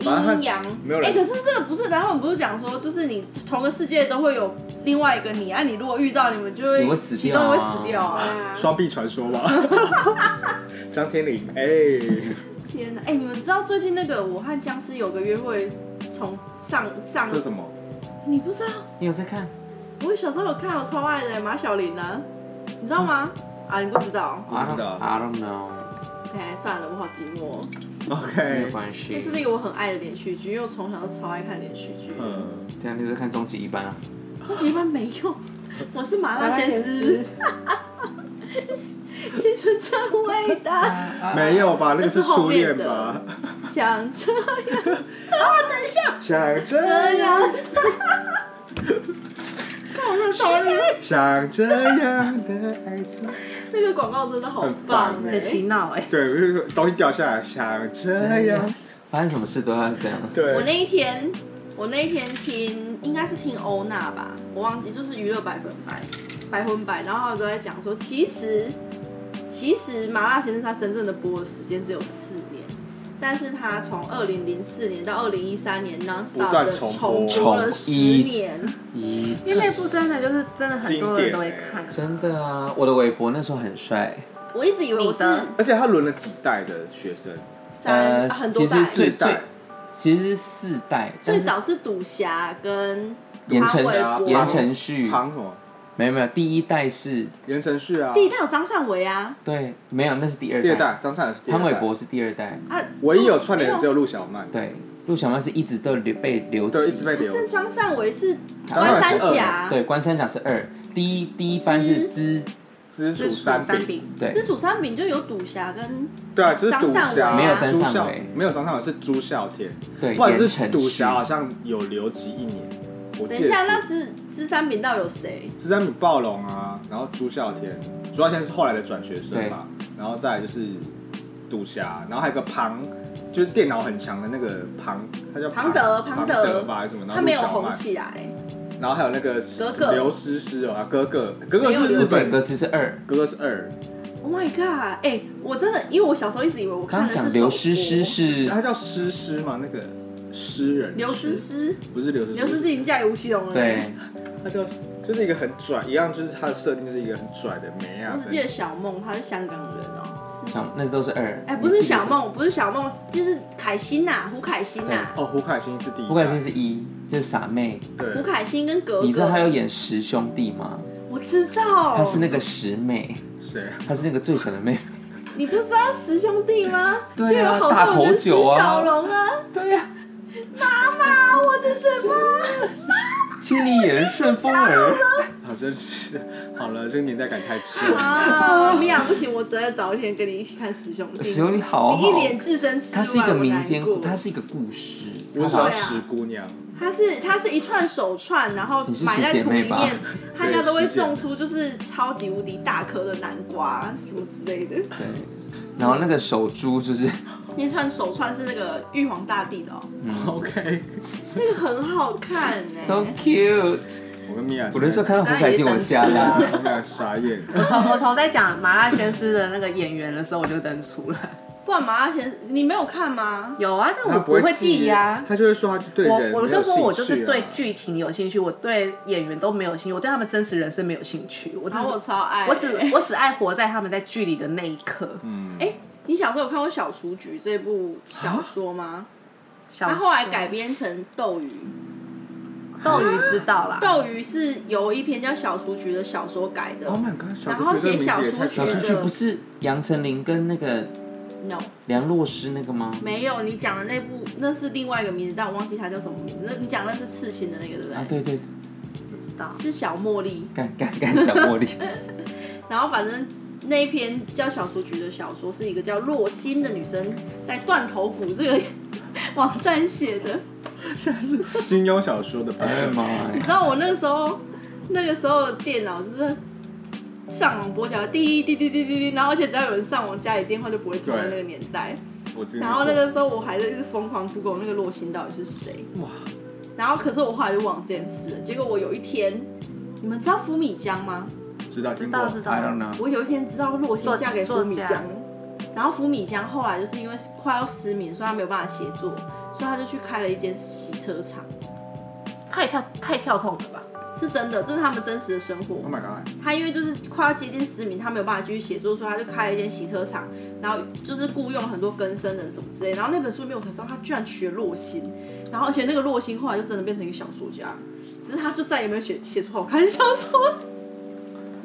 S2: 反正它
S5: 阴阳
S2: 没有，
S5: 哎、
S2: 人
S5: 可是这个不是，然后我们不是讲说，就是你同个世界都会有另外一个你，啊，你如果遇到你们就会，
S3: 你会死
S5: 其
S3: 掉
S5: 中
S3: 啊
S5: 会死掉啊！
S4: 啊
S2: 双臂传说吧， 张天林，哎、
S5: 天哪，哎、你们知道最近那个我和僵尸有个约会，从上上
S2: 这是什么？
S5: 你不知道？
S3: 你有在看？
S5: 我小时候有看，我超爱的马小玲啊，你知道吗？啊，你不知道
S2: 我不知道
S3: I don't know，
S5: ？OK，算了，我好寂寞哦。
S2: 嗯
S3: 没有
S2: OK，
S3: 关
S5: 因为
S3: 系
S5: 这。是一个我很爱的连续剧，因为我从小就超爱看连续剧。
S2: 嗯，
S3: 对啊，你有在看终极一班啊？
S5: 终极一班没 用，我是麻辣鲜师，青春真伟 大，
S2: 没有吧？那个
S5: 那是
S2: 是初
S5: 后面
S2: 恋
S5: 的
S2: 吧？
S5: 想这
S2: 想这样。
S5: 样。看我真的 超热
S2: 像这样的爱情，
S5: 那个广告真的好棒
S2: 很棒
S5: 哎、
S4: 很洗脑哎、
S2: 对，我就是说东西掉下来，像这样，
S3: 发生什么事都要这样。
S5: 我
S2: 哎对，
S5: 那一天，我那一天听应该是听欧娜吧，我忘记，就是娱乐百分百，百分百，然后他们都在讲说，其实其实麻辣先生他真正的播的时间只有四年。但是他从二零零四年到二零一三年 nonstop
S2: 断
S5: 的
S2: 重
S5: 重
S2: 播
S5: 播了十
S3: 重一
S5: 年，
S3: 咦，
S4: 因为那部真的就是真的很多人都会看，
S3: 真的啊！我的韦伯那时候很帅，
S5: 我一直以为我
S4: 你
S5: 是
S4: 的
S2: 而且他轮了几代的学生，
S5: 三、
S3: 呃
S5: 啊很
S3: 其
S5: 多
S3: 实
S5: 代，
S3: 最
S2: 四代，
S3: 其实是四代，
S5: 最
S3: 但是
S5: 早是赌侠跟
S3: 言承
S2: 啊
S5: 潘玮柏
S3: 言承旭，
S2: 唐什么？
S3: 没有没有，第一代是
S2: 言承旭啊，
S5: 第一代有张善伟啊，
S3: 对，没有那是第二
S2: 第二
S3: 代，
S2: 代张善也是第二
S3: 潘
S2: 代
S3: 玮柏是第二代，
S5: 啊，
S2: 唯一有串联的只有陆小
S5: 哎
S2: 曼，
S3: 对，陆小曼是一直都留被留
S2: 对，一
S3: 级
S2: 直，被
S5: 不
S2: 留。
S5: 是张善伟是
S2: 张善伟
S5: 关
S2: 是
S5: 三
S2: 二
S5: 峡，
S3: 对，关山甲是二，第一第一班是知，
S2: 知
S4: 是
S2: 楚
S4: 三
S2: 饼，
S4: 饼，
S3: 对，
S5: 知楚三饼就有赌侠跟
S2: 对啊，就是赌
S5: 张善伟
S2: 侠，
S5: 啊没有
S3: 张
S2: 朱
S3: 善
S2: 孝
S3: 伟
S2: 没有张善伟是朱孝天，
S3: 对，
S2: 或者
S3: 言
S2: 是
S3: 承
S2: 赌
S3: 旭
S2: 侠啊好像有留级一年，我
S5: 等
S2: 记
S5: 一下，那
S2: 得。
S5: 知知三饼到底有谁？
S2: 知三米暴龙啊，然后朱孝天，朱孝天是后来的转学生嘛，然后再来就是赌侠，然后还有个庞，就是电脑很强的那个庞，他叫
S5: 庞德
S2: 庞
S5: 庞
S2: 德
S5: 德
S2: 吧还是什么，然
S5: 他
S2: 后陆
S5: 没有
S2: 小
S5: 红
S2: 曼，
S5: 起来，
S2: 然后还有那个
S5: 格格
S2: 刘诗诗哦，啊格格，格格
S5: 没有
S2: 是日
S5: 刘
S2: 本
S3: 本
S2: 的，
S3: 歌词是二，
S2: 格格是二，
S5: Oh my god！哎、我真的，因为我小时候一直以为我
S3: 刚刚
S5: 看的是
S3: 想刘
S5: 首
S3: 诗诗
S5: 播
S3: 是
S2: 他叫诗诗嘛，那个诗人
S5: 刘诗诗，
S2: 不是刘诗诗，
S5: 刘诗诗已经嫁给吴奇隆了。欸
S3: 对，
S2: 他叫就是一个很拽，一样就是他的设定就是一个很拽的美啊
S5: 我，只记得小梦，她是香港人哦、是
S3: 小那都是二，
S5: 哎、不是小
S3: 梦，
S5: 梦，不是小梦，就是凯欣呐、胡凯欣呐、
S2: 哦，胡凯欣是第一代，
S3: 胡凯欣是一，这是傻妹，
S2: 对
S5: 胡凯欣跟格格。
S3: 你知道她有演十兄弟吗？
S5: 我知道，
S3: 她是那个十妹，
S2: 谁啊？
S3: 她是那个最小的妹妹，
S5: 你不知道十兄弟吗？
S3: 对啊
S5: 就有郝
S3: 大
S5: 邵
S3: 口
S5: 文跟石
S3: 酒啊
S5: 小龙啊。
S3: 对呀，
S5: 妈妈，我的嘴巴。
S3: 千里眼顺风耳，
S2: 好像是，好了，这个年代感太重了。
S5: 啊，米娅不行，我只能找一天跟你一起看十兄弟。啊
S3: 十兄弟好
S5: 你一
S3: 好，
S5: 脸置身事外，
S3: 它是一个民间
S5: 我难，过
S3: 它是一个故事，
S2: 我
S3: 它
S2: 只
S3: 好
S2: 要
S4: 啊
S3: 像
S2: 石姑娘，
S5: 它是它是一串手串，然后
S3: 你是
S5: 埋在土里
S3: 十姐妹吧
S5: 面，他家都会种出就是超级无敌大颗的南瓜什么之类的。
S3: 对，然后那个手珠就是
S5: 那串手串是那个玉皇大帝的哦，
S3: 嗯
S2: OK，
S5: 那个很好看哎、
S3: so cute，
S2: 我跟米娅，
S3: 我那时候看 到胡凯欣我吓
S2: 对
S3: 到
S2: 啊，，我们俩傻眼。
S4: 我从我从在讲麻辣鲜师的那个演员的时候，我就登出了。
S5: 不然麻辣鲜，你没有看 吗？
S4: 有啊，但
S2: 他
S4: 我不会
S2: 记
S4: 记呀、
S2: 他就会说他对人
S4: 我我
S2: 没有
S4: 就说我就
S2: 兴趣
S4: 是
S2: 啊
S4: 对剧情有兴趣，我对演员都没有兴趣，我对他们真实人生没有兴趣。啊我只
S5: 然后我超爱、
S4: 我只我只爱活在他们在剧里的那一刻。
S2: 嗯，
S5: 哎、你小时候有看过《小雏菊》这部小说
S4: 啊
S5: 吗？
S4: 小
S5: 它后来
S4: 说
S5: 改编成《斗鱼》，
S4: 斗鱼知道啦，
S5: 《斗鱼》是由一篇叫《小雏菊》的小说改的。
S2: ，Oh
S4: 哦
S2: my god，小
S5: 然后
S2: 雏菊
S5: 写
S2: 这个名字也太拽
S3: 小
S5: 小雏
S3: 出
S5: 菊
S2: 了
S3: 去不是杨丞琳跟那个
S5: No，
S3: 梁洛施那个吗？
S5: 没有，你讲的那部那是另外一个名字，但我忘记它叫什么名字。那你讲的那是刺青的那个，对不对？
S3: 啊，对对，
S4: 不知道。
S5: 是小茉莉。
S3: 干干干小茉莉，
S5: 然后反正那一篇叫《小雏菊》的小说是一个叫洛心的女生在断头谷这个 网站写的。
S2: 金庸小说的版
S3: 哎呀
S2: 本
S3: 妈呀！
S5: 然后我那个时候那个时候电脑就是。上网拨叫滴滴滴滴滴滴，然后而且只要有人上网，家里电话就不会通的那个年代。
S2: 我真的
S5: 然后那个时候我还在一直疯狂 Google 那个洛心到底是谁。
S2: 哇，
S5: 然后可是我后来就忘了这件事了，结果我有一天，你们知道福米江吗？
S2: 知道
S4: 知
S2: 听
S4: 道
S2: 过
S4: 知道
S3: I don't know，
S5: 我有一天知道洛心
S4: 作
S5: 嫁给福米
S4: 作
S5: 江
S4: 家，
S5: 然后福米江后来就是因为快要失明，所以他没有办法写作，所以他就去开了一间洗车场，
S4: 太跳太跳痛了吧？
S5: 是真的，这是他们真实的生活。
S2: ，Oh my god，
S5: 他因为就是快要接近失明，他没有办法继续写作，所以他就开了一间洗车场，然后就是雇佣了很多更生人什么之类。然后那本书里面我才知道他居然娶了洛心，然后而且那个洛心后来就真的变成一个小说家，只是他就再也没有写写出好看的小说。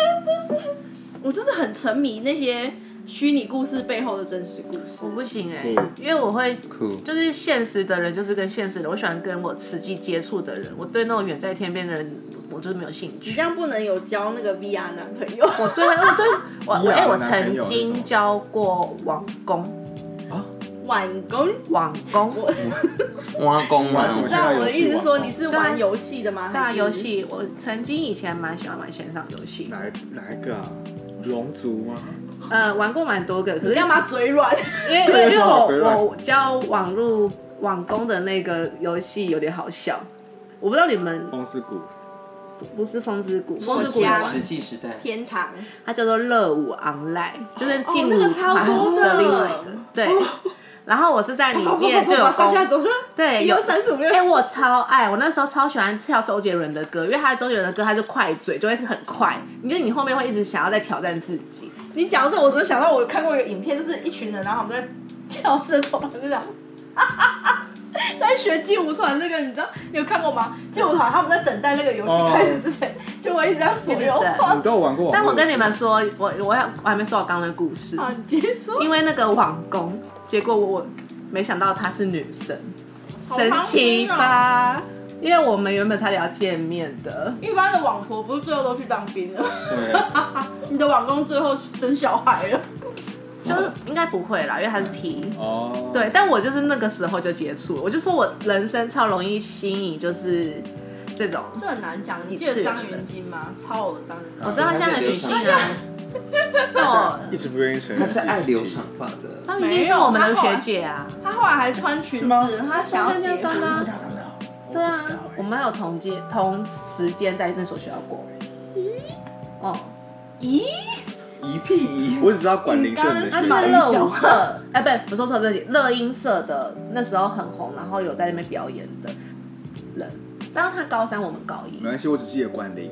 S5: 我就是很沉迷那些虚拟故事背后的真实故事
S4: 我。不行哎、
S2: 嗯
S4: 因为我会
S3: 酷，
S4: 就是现实的人就是跟现实的，我喜欢跟我实际接触的人，我对那种远在天边的人，我就是没有兴
S5: 你
S4: 趣
S5: 这。样不能有交那个 VR 男朋友，
S4: 我对，啊我对， 我
S2: 你
S4: 我
S2: 养
S4: 哎、
S2: 的
S4: 我
S2: 啊男朋友
S4: 曾
S2: 是什么
S4: 经交过网工，
S5: 晚工。
S4: 网工，
S5: 我
S3: 挖工啊嘛
S2: 玩，什么
S5: 知道我的意思是说
S2: 玩游戏
S5: 你是玩游戏的吗？
S4: 大
S5: 还是
S4: 游戏，我曾经以前蛮喜欢玩线上游戏，
S2: 哪一哪一个啊？龙族吗？
S4: 呃，玩过蛮多个，可
S5: 你
S4: 是
S5: 干嘛嘴软？
S4: 因为因
S2: 对
S4: 为
S2: 有什么好嘴软
S4: 我我教网络网工的那个游戏有点好笑，我不知道你们
S2: 风之谷，
S4: 不是风之谷，
S5: 风之谷
S4: 我
S5: 有
S4: 家
S5: 玩
S3: 石器时代，
S5: 天堂。
S4: 它叫做热舞 online，就是劲
S5: 哦那
S4: 舞
S5: 个超
S4: 团
S5: 多的哦
S4: 另外一个，对。然后我是在里面 就有
S5: 上下
S4: 公，
S5: 走，
S4: 对，
S5: 有
S4: 有
S5: 三十五六。
S4: 哎、我超爱，我那时候超喜欢跳周杰伦的歌，因为他的周杰伦的歌，他就快嘴，就会很快，你就你后面会一直想要再挑战自己。
S5: 你讲到这，我只想到我看过一个影片，就是一群人，然后我们在教室的走廊上，啊在学劲舞团那个，你知道你有看过吗？劲舞团他们在等待那个游戏开始之前，就会一直这样左右
S2: 你
S5: 晃。
S2: 都有玩过网络游戏？
S4: 但我跟你们说，我我要我还没说我刚刚的故事，
S5: 啊，你接说，
S4: 因为那个网工，结果我没想到她是女生，
S5: 好
S4: 神
S5: 伤
S4: 奇
S5: 心哦
S4: 吧？因为我们原本差点要见面的，
S5: 一般的网婆不是最后都去当兵了，
S2: 对，
S5: 你的网工最后生小孩了，
S4: 就是应该不会啦，因为她是 T。
S2: 哦，
S4: 对，但我就是那个时候就接触了，我就说我人生超容易吸引，就是这种。
S5: 这很难讲。你记
S4: 一次
S5: 得
S4: 元
S5: 张
S4: 的
S5: 云金吗？超偶的张云
S4: 我
S5: 金，
S4: 知道她现在很女性啊，但我
S2: 一直不愿意承认
S3: 他
S2: 自
S3: 是
S2: 己
S3: 爱
S2: 体
S3: 留长发的，
S4: 张雨京是我哦们的学姐啊，
S5: 他后来还穿裙
S2: 是吗
S5: 子，他想要
S4: 这
S5: 结
S4: 样
S5: 婚
S4: 算。吗？
S2: 长的哦，
S4: 对啊
S2: 不知道
S3: 哎
S2: 欸，
S4: 我们还有同届同时间在那所学校过。哦，
S5: 咦，
S3: 一屁一，
S2: 我只知道管林秀梅
S5: 你刚刚
S4: 他
S5: 是
S4: 是
S5: 马云
S4: 乐
S5: 角
S4: 舞社， 哎，不，不说错，对不起，乐音社的那时候很红，然后有在那边表演的人。然后他高三，我们高一
S2: 没。关系，我只记得管林。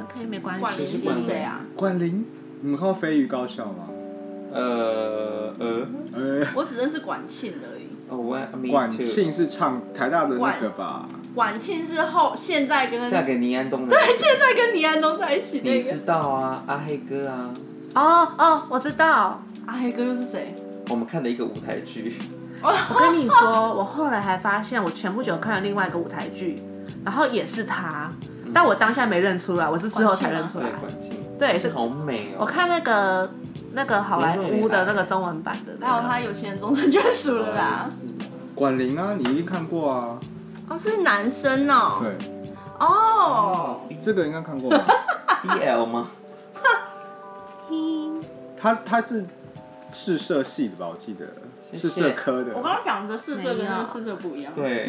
S4: OK，没关
S5: 管理
S4: 系。
S5: 是谁啊？
S2: 管林，你们看过《飞鱼高校》吗？
S3: 呃呃，
S2: 呃，
S5: 我只认识管庆而已。
S3: 哦我，me
S2: 管
S3: too，
S2: 庆是唱台大的那个吧？
S5: 管庆是后现在跟
S3: 嫁
S5: 现
S3: 给倪安东的那个，
S5: 在跟倪安东在一起那
S3: 你知
S5: 个
S3: 道啊，阿黑哥啊，
S4: 哦哦，我知道。
S5: 阿黑哎哥又是谁？
S3: 我们看了一个舞台剧，
S4: 我跟你说，我后来还发现，我前不久看了另外一个舞台剧，然后也是他，
S5: 嗯
S4: 但我当下没认出来，我是之后才认出
S3: 对
S4: 来。
S3: 管庆，
S4: 对，是
S3: 这好美哦，
S4: 我看那个那个好莱坞的那个中文版的、那
S5: 还有
S4: 个
S5: 他有钱人终身眷属了啦。
S2: 管林啊，你一定看过啊？
S5: 哦，是男生哦。
S2: 对，
S5: 哦，
S2: 这个应该看过吧？
S3: BL ，E 吗？
S2: 他他是是社系的吧？我记得
S3: 谢
S2: 是社科的
S5: 我。刚刚讲的是这个
S4: 没有
S5: 跟那是这不一样。
S3: 对，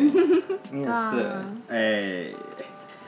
S3: 你很色，
S2: 哎，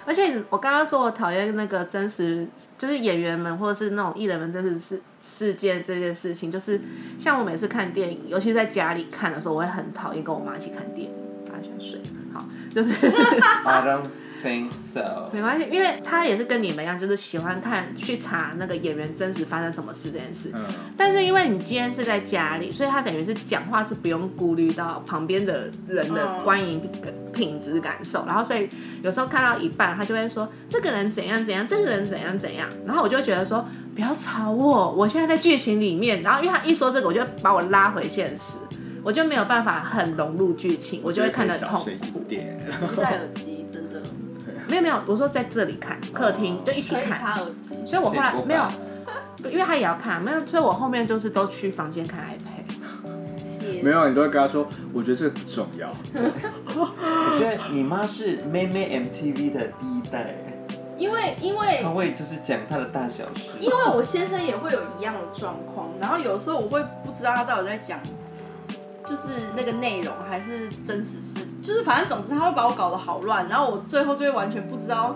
S4: 而且我刚刚说我讨厌那个真实，就是演员们或者是那种艺人们真实事事件这件事情，就是像我每次看电影，尤其是在家里看的时候，我会很讨厌跟我妈一起看电影，她喜欢睡，好，就是
S3: I don't think so。
S4: 没关系，因为她也是跟你们一样，就是喜欢看去查那个演员真实发生什么事这件事。
S2: 嗯，
S4: 但是因为你今天是在家里，所以他等于是讲话是不用顾虑到旁边的人的
S5: 嗯
S4: 观影品质感受，然后所以有时候看到一半，他就会说这个人怎样怎样，这个人怎样怎样，然后我就会觉得说不要吵我，我现在在剧情里面，然后因为他一说这个，我就会把我拉回现实，我就没有办法很融入剧情，我就会看得很
S2: 小
S4: 痛
S2: 声
S4: 苦
S2: 一。点。
S5: 戴耳机真的
S4: 没有没有，我说在这里看客厅就一起
S5: 哦可以
S4: 看，
S5: 插耳机。
S4: 所以我后
S3: 可以
S4: 来
S3: 播放
S4: 没有，因为他也要看，没有，所以我后面就是都去房间看 iPad。
S2: 没有，你都会跟他说，我觉得这个不重要。
S3: 我觉得你妈是妹妹 MTV 的第一代，
S5: 因为因为
S3: 她会就是讲她的大小事。
S5: 因为我先生也会有一样的状况，然后有时候我会不知道他到底在讲，就是那个内容还是真实事，就是反正总之他会把我搞得好乱，然后我最后就会完全不知道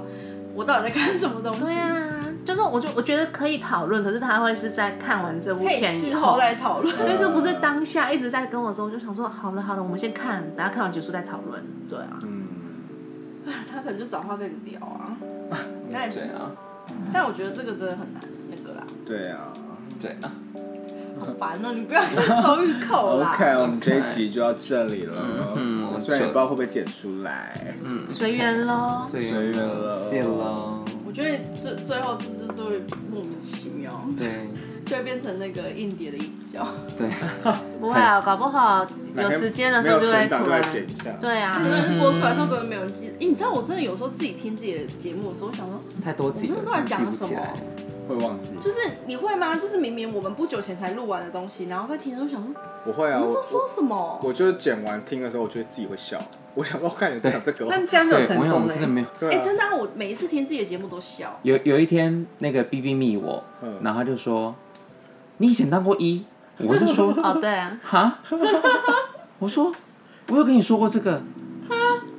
S5: 我到底在看什么东西。
S4: 对啊，就是我就我觉得可以讨论，可是他会是在看完这部
S5: 可以
S4: 片以
S5: 事后
S4: 后，
S5: 再讨论。
S4: 对，就不是当下一直在跟我说，我就想说好了好了，我们先看，等下看完结束再讨论。对啊，
S2: 嗯，
S5: 他可能就找话跟你聊啊，那
S3: 对啊，
S5: 但我觉得这个真的很难那个啦，
S2: 对啊。
S3: 对啊，
S5: 好烦哦！你不要用手语 口啦。
S2: OK，我们这一集就到这里了。
S3: 嗯
S2: 嗯，虽然也不知道会不会剪出来。
S3: 嗯，
S4: 随缘喽。
S3: 随
S2: 随缘了
S3: 谢喽。
S5: 我觉得最最后这之所以莫名其妙，
S3: 对
S5: 就会变成那个硬碟的一角。
S3: 对，
S4: 不会啊，搞不好
S2: 哪
S4: 有
S2: 天
S4: 时间的时候
S2: 没
S4: 就
S2: 有
S4: 会
S2: 存档
S4: 突
S2: 就来
S4: 然。
S2: 剪一下。
S4: 对
S5: 他
S4: 啊
S5: 真，的是播出来
S3: 嗯
S5: 的时候根本没有人记。诶你知道我真的有时候自己听自己的节目的时候，我想说，
S3: 太多集
S5: 我
S3: 了，
S5: 不知道
S3: 真的记
S5: 讲
S3: 不
S5: 了什么
S3: 起来。
S2: 会忘记。
S5: 就是你会吗？就是明明我们不久前才录完的东西，然后再听的时候想说，
S2: 我会啊，
S5: 我
S2: 我
S5: 们说说
S2: 我
S5: 什么？
S2: 我就是剪完听的时候，我觉得自己会笑。我想说，我看你讲这个
S4: 那
S2: 哦，
S4: 这样就有
S3: 对，
S4: 成
S3: 我想我
S4: 功
S3: 们真的
S4: 了。
S3: 没有。
S2: 对
S5: 哎、
S2: 啊，
S5: 真的、啊，我每一次听自己的节目都笑。
S3: 有有一天，那个 B B 密我
S2: 嗯，
S3: 然后他就说：“你以前当过一？”我就说：“
S4: 哦，对啊，，
S3: 哈， 我说我有跟你说过这个，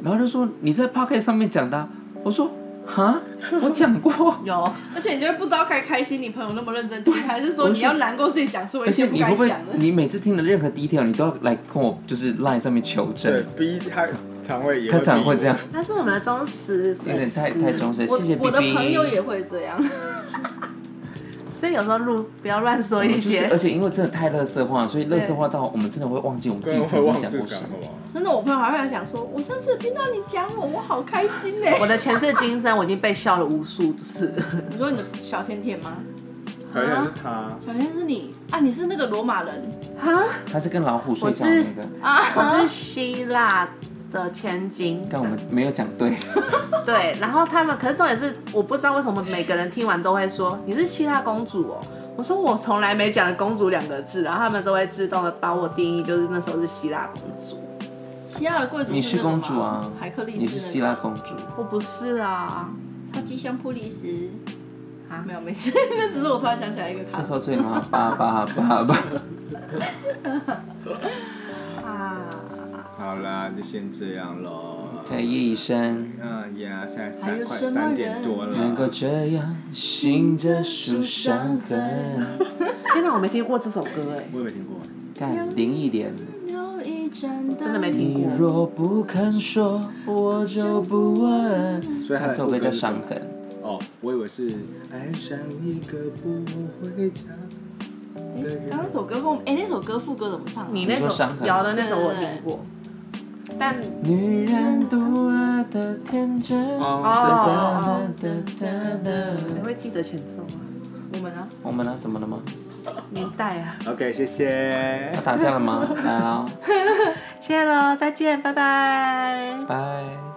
S3: 然后就说你在 p o c k e t 上面讲的啊、我说哈，我讲过
S4: 有
S5: 而且你就会不知道该开心，你朋友那么认真听，还是说你要难过自己讲出
S3: 而
S5: 一
S3: 且
S5: 些不
S3: 你会不
S5: 该
S3: 会
S5: 讲的？
S3: 你每次听的任何 detail，你都要来跟我就是 line 上面求
S2: 对
S3: 证，
S2: 逼他常会也
S3: 他常会这样
S2: 逼，
S4: 他是我们的忠实
S3: 有
S4: 粉
S3: 点太
S4: 丝，
S3: 太忠实，
S5: 我
S3: 谢谢 B
S5: 我的朋友
S3: B，
S5: 也会这样，
S4: 所以有时候路不要乱说一
S3: 就是
S4: 些
S3: 而。且因为真的太乐色化，所以乐色化到我们真的会忘记我们自
S2: 啊
S3: 己曾经讲过什
S2: 感，
S3: 么。
S2: 好不好？
S5: 真的，我朋友还会来讲说，我上次听到你讲我，我好开心呢、
S4: 我的前世今生，我已经被笑了无数次。
S5: 你说你的小甜甜吗？
S2: 好像是他，
S5: 小甜甜是你啊，你是那个罗马人
S4: 哈，
S3: 他是跟老虎睡觉
S4: 我
S3: 的
S4: 是
S3: 那个，
S4: 我是希腊的千金，
S3: 但我们没有讲 对。
S4: 对，然后他们，可是重点是，我不知道为什么每个人听完都会说你是希腊公主哦。我说我从来没讲“公主”两个字，然后他们都会自动的把我定义就是那时候是希腊公主。
S5: 希腊的贵族
S3: 你是
S5: 那个吗
S3: 公主啊
S5: 海克，力士、那
S3: 你
S5: 个
S3: 是希腊公主，
S4: 我不是啊，
S5: 超级香普里斯啊，没有没事， 那只是我突然想起来一个
S3: 是
S5: 卡
S3: 喝醉了吗？爸爸爸爸，
S4: 啊，
S2: 好啦，就先这样喽。
S3: 这一生
S2: 嗯呀，现在
S5: 还
S2: 三
S5: 有
S2: 快
S5: 什么
S2: 三点
S5: 人
S2: 多了，
S3: 能够这样醒着数伤痕，
S4: 天哪，我没听过这首歌哎，
S2: 我也没听过。
S3: 干林忆莲。
S5: 有一盏灯，
S4: 真的没听
S3: 你
S4: 过。
S3: 若不肯说，我就不问。
S2: 所以他
S3: 这
S2: 的副
S3: 首
S2: 歌
S3: 歌叫
S2: 是
S3: 《
S2: 什
S3: 伤
S2: 么
S3: 痕》，
S2: 哦，我以为是爱上一个不回家的
S5: 诶
S2: 人。
S5: 刚刚那首歌跟我们，哎、那首歌副歌怎么唱、啊？
S4: 你那
S3: 你说
S4: 首
S3: 伤痕
S4: 摇的那首我有听过，但
S3: 女人独爱的天真。
S2: 哦，
S4: 呃谁会记得前奏啊？
S5: 我们呢、
S3: 我们呢？怎么了吗？
S4: 年代啊，
S2: 这 OK，谢谢
S3: 要。哦打架了吗？来了，
S4: 谢喽，再见，拜拜。
S3: 拜。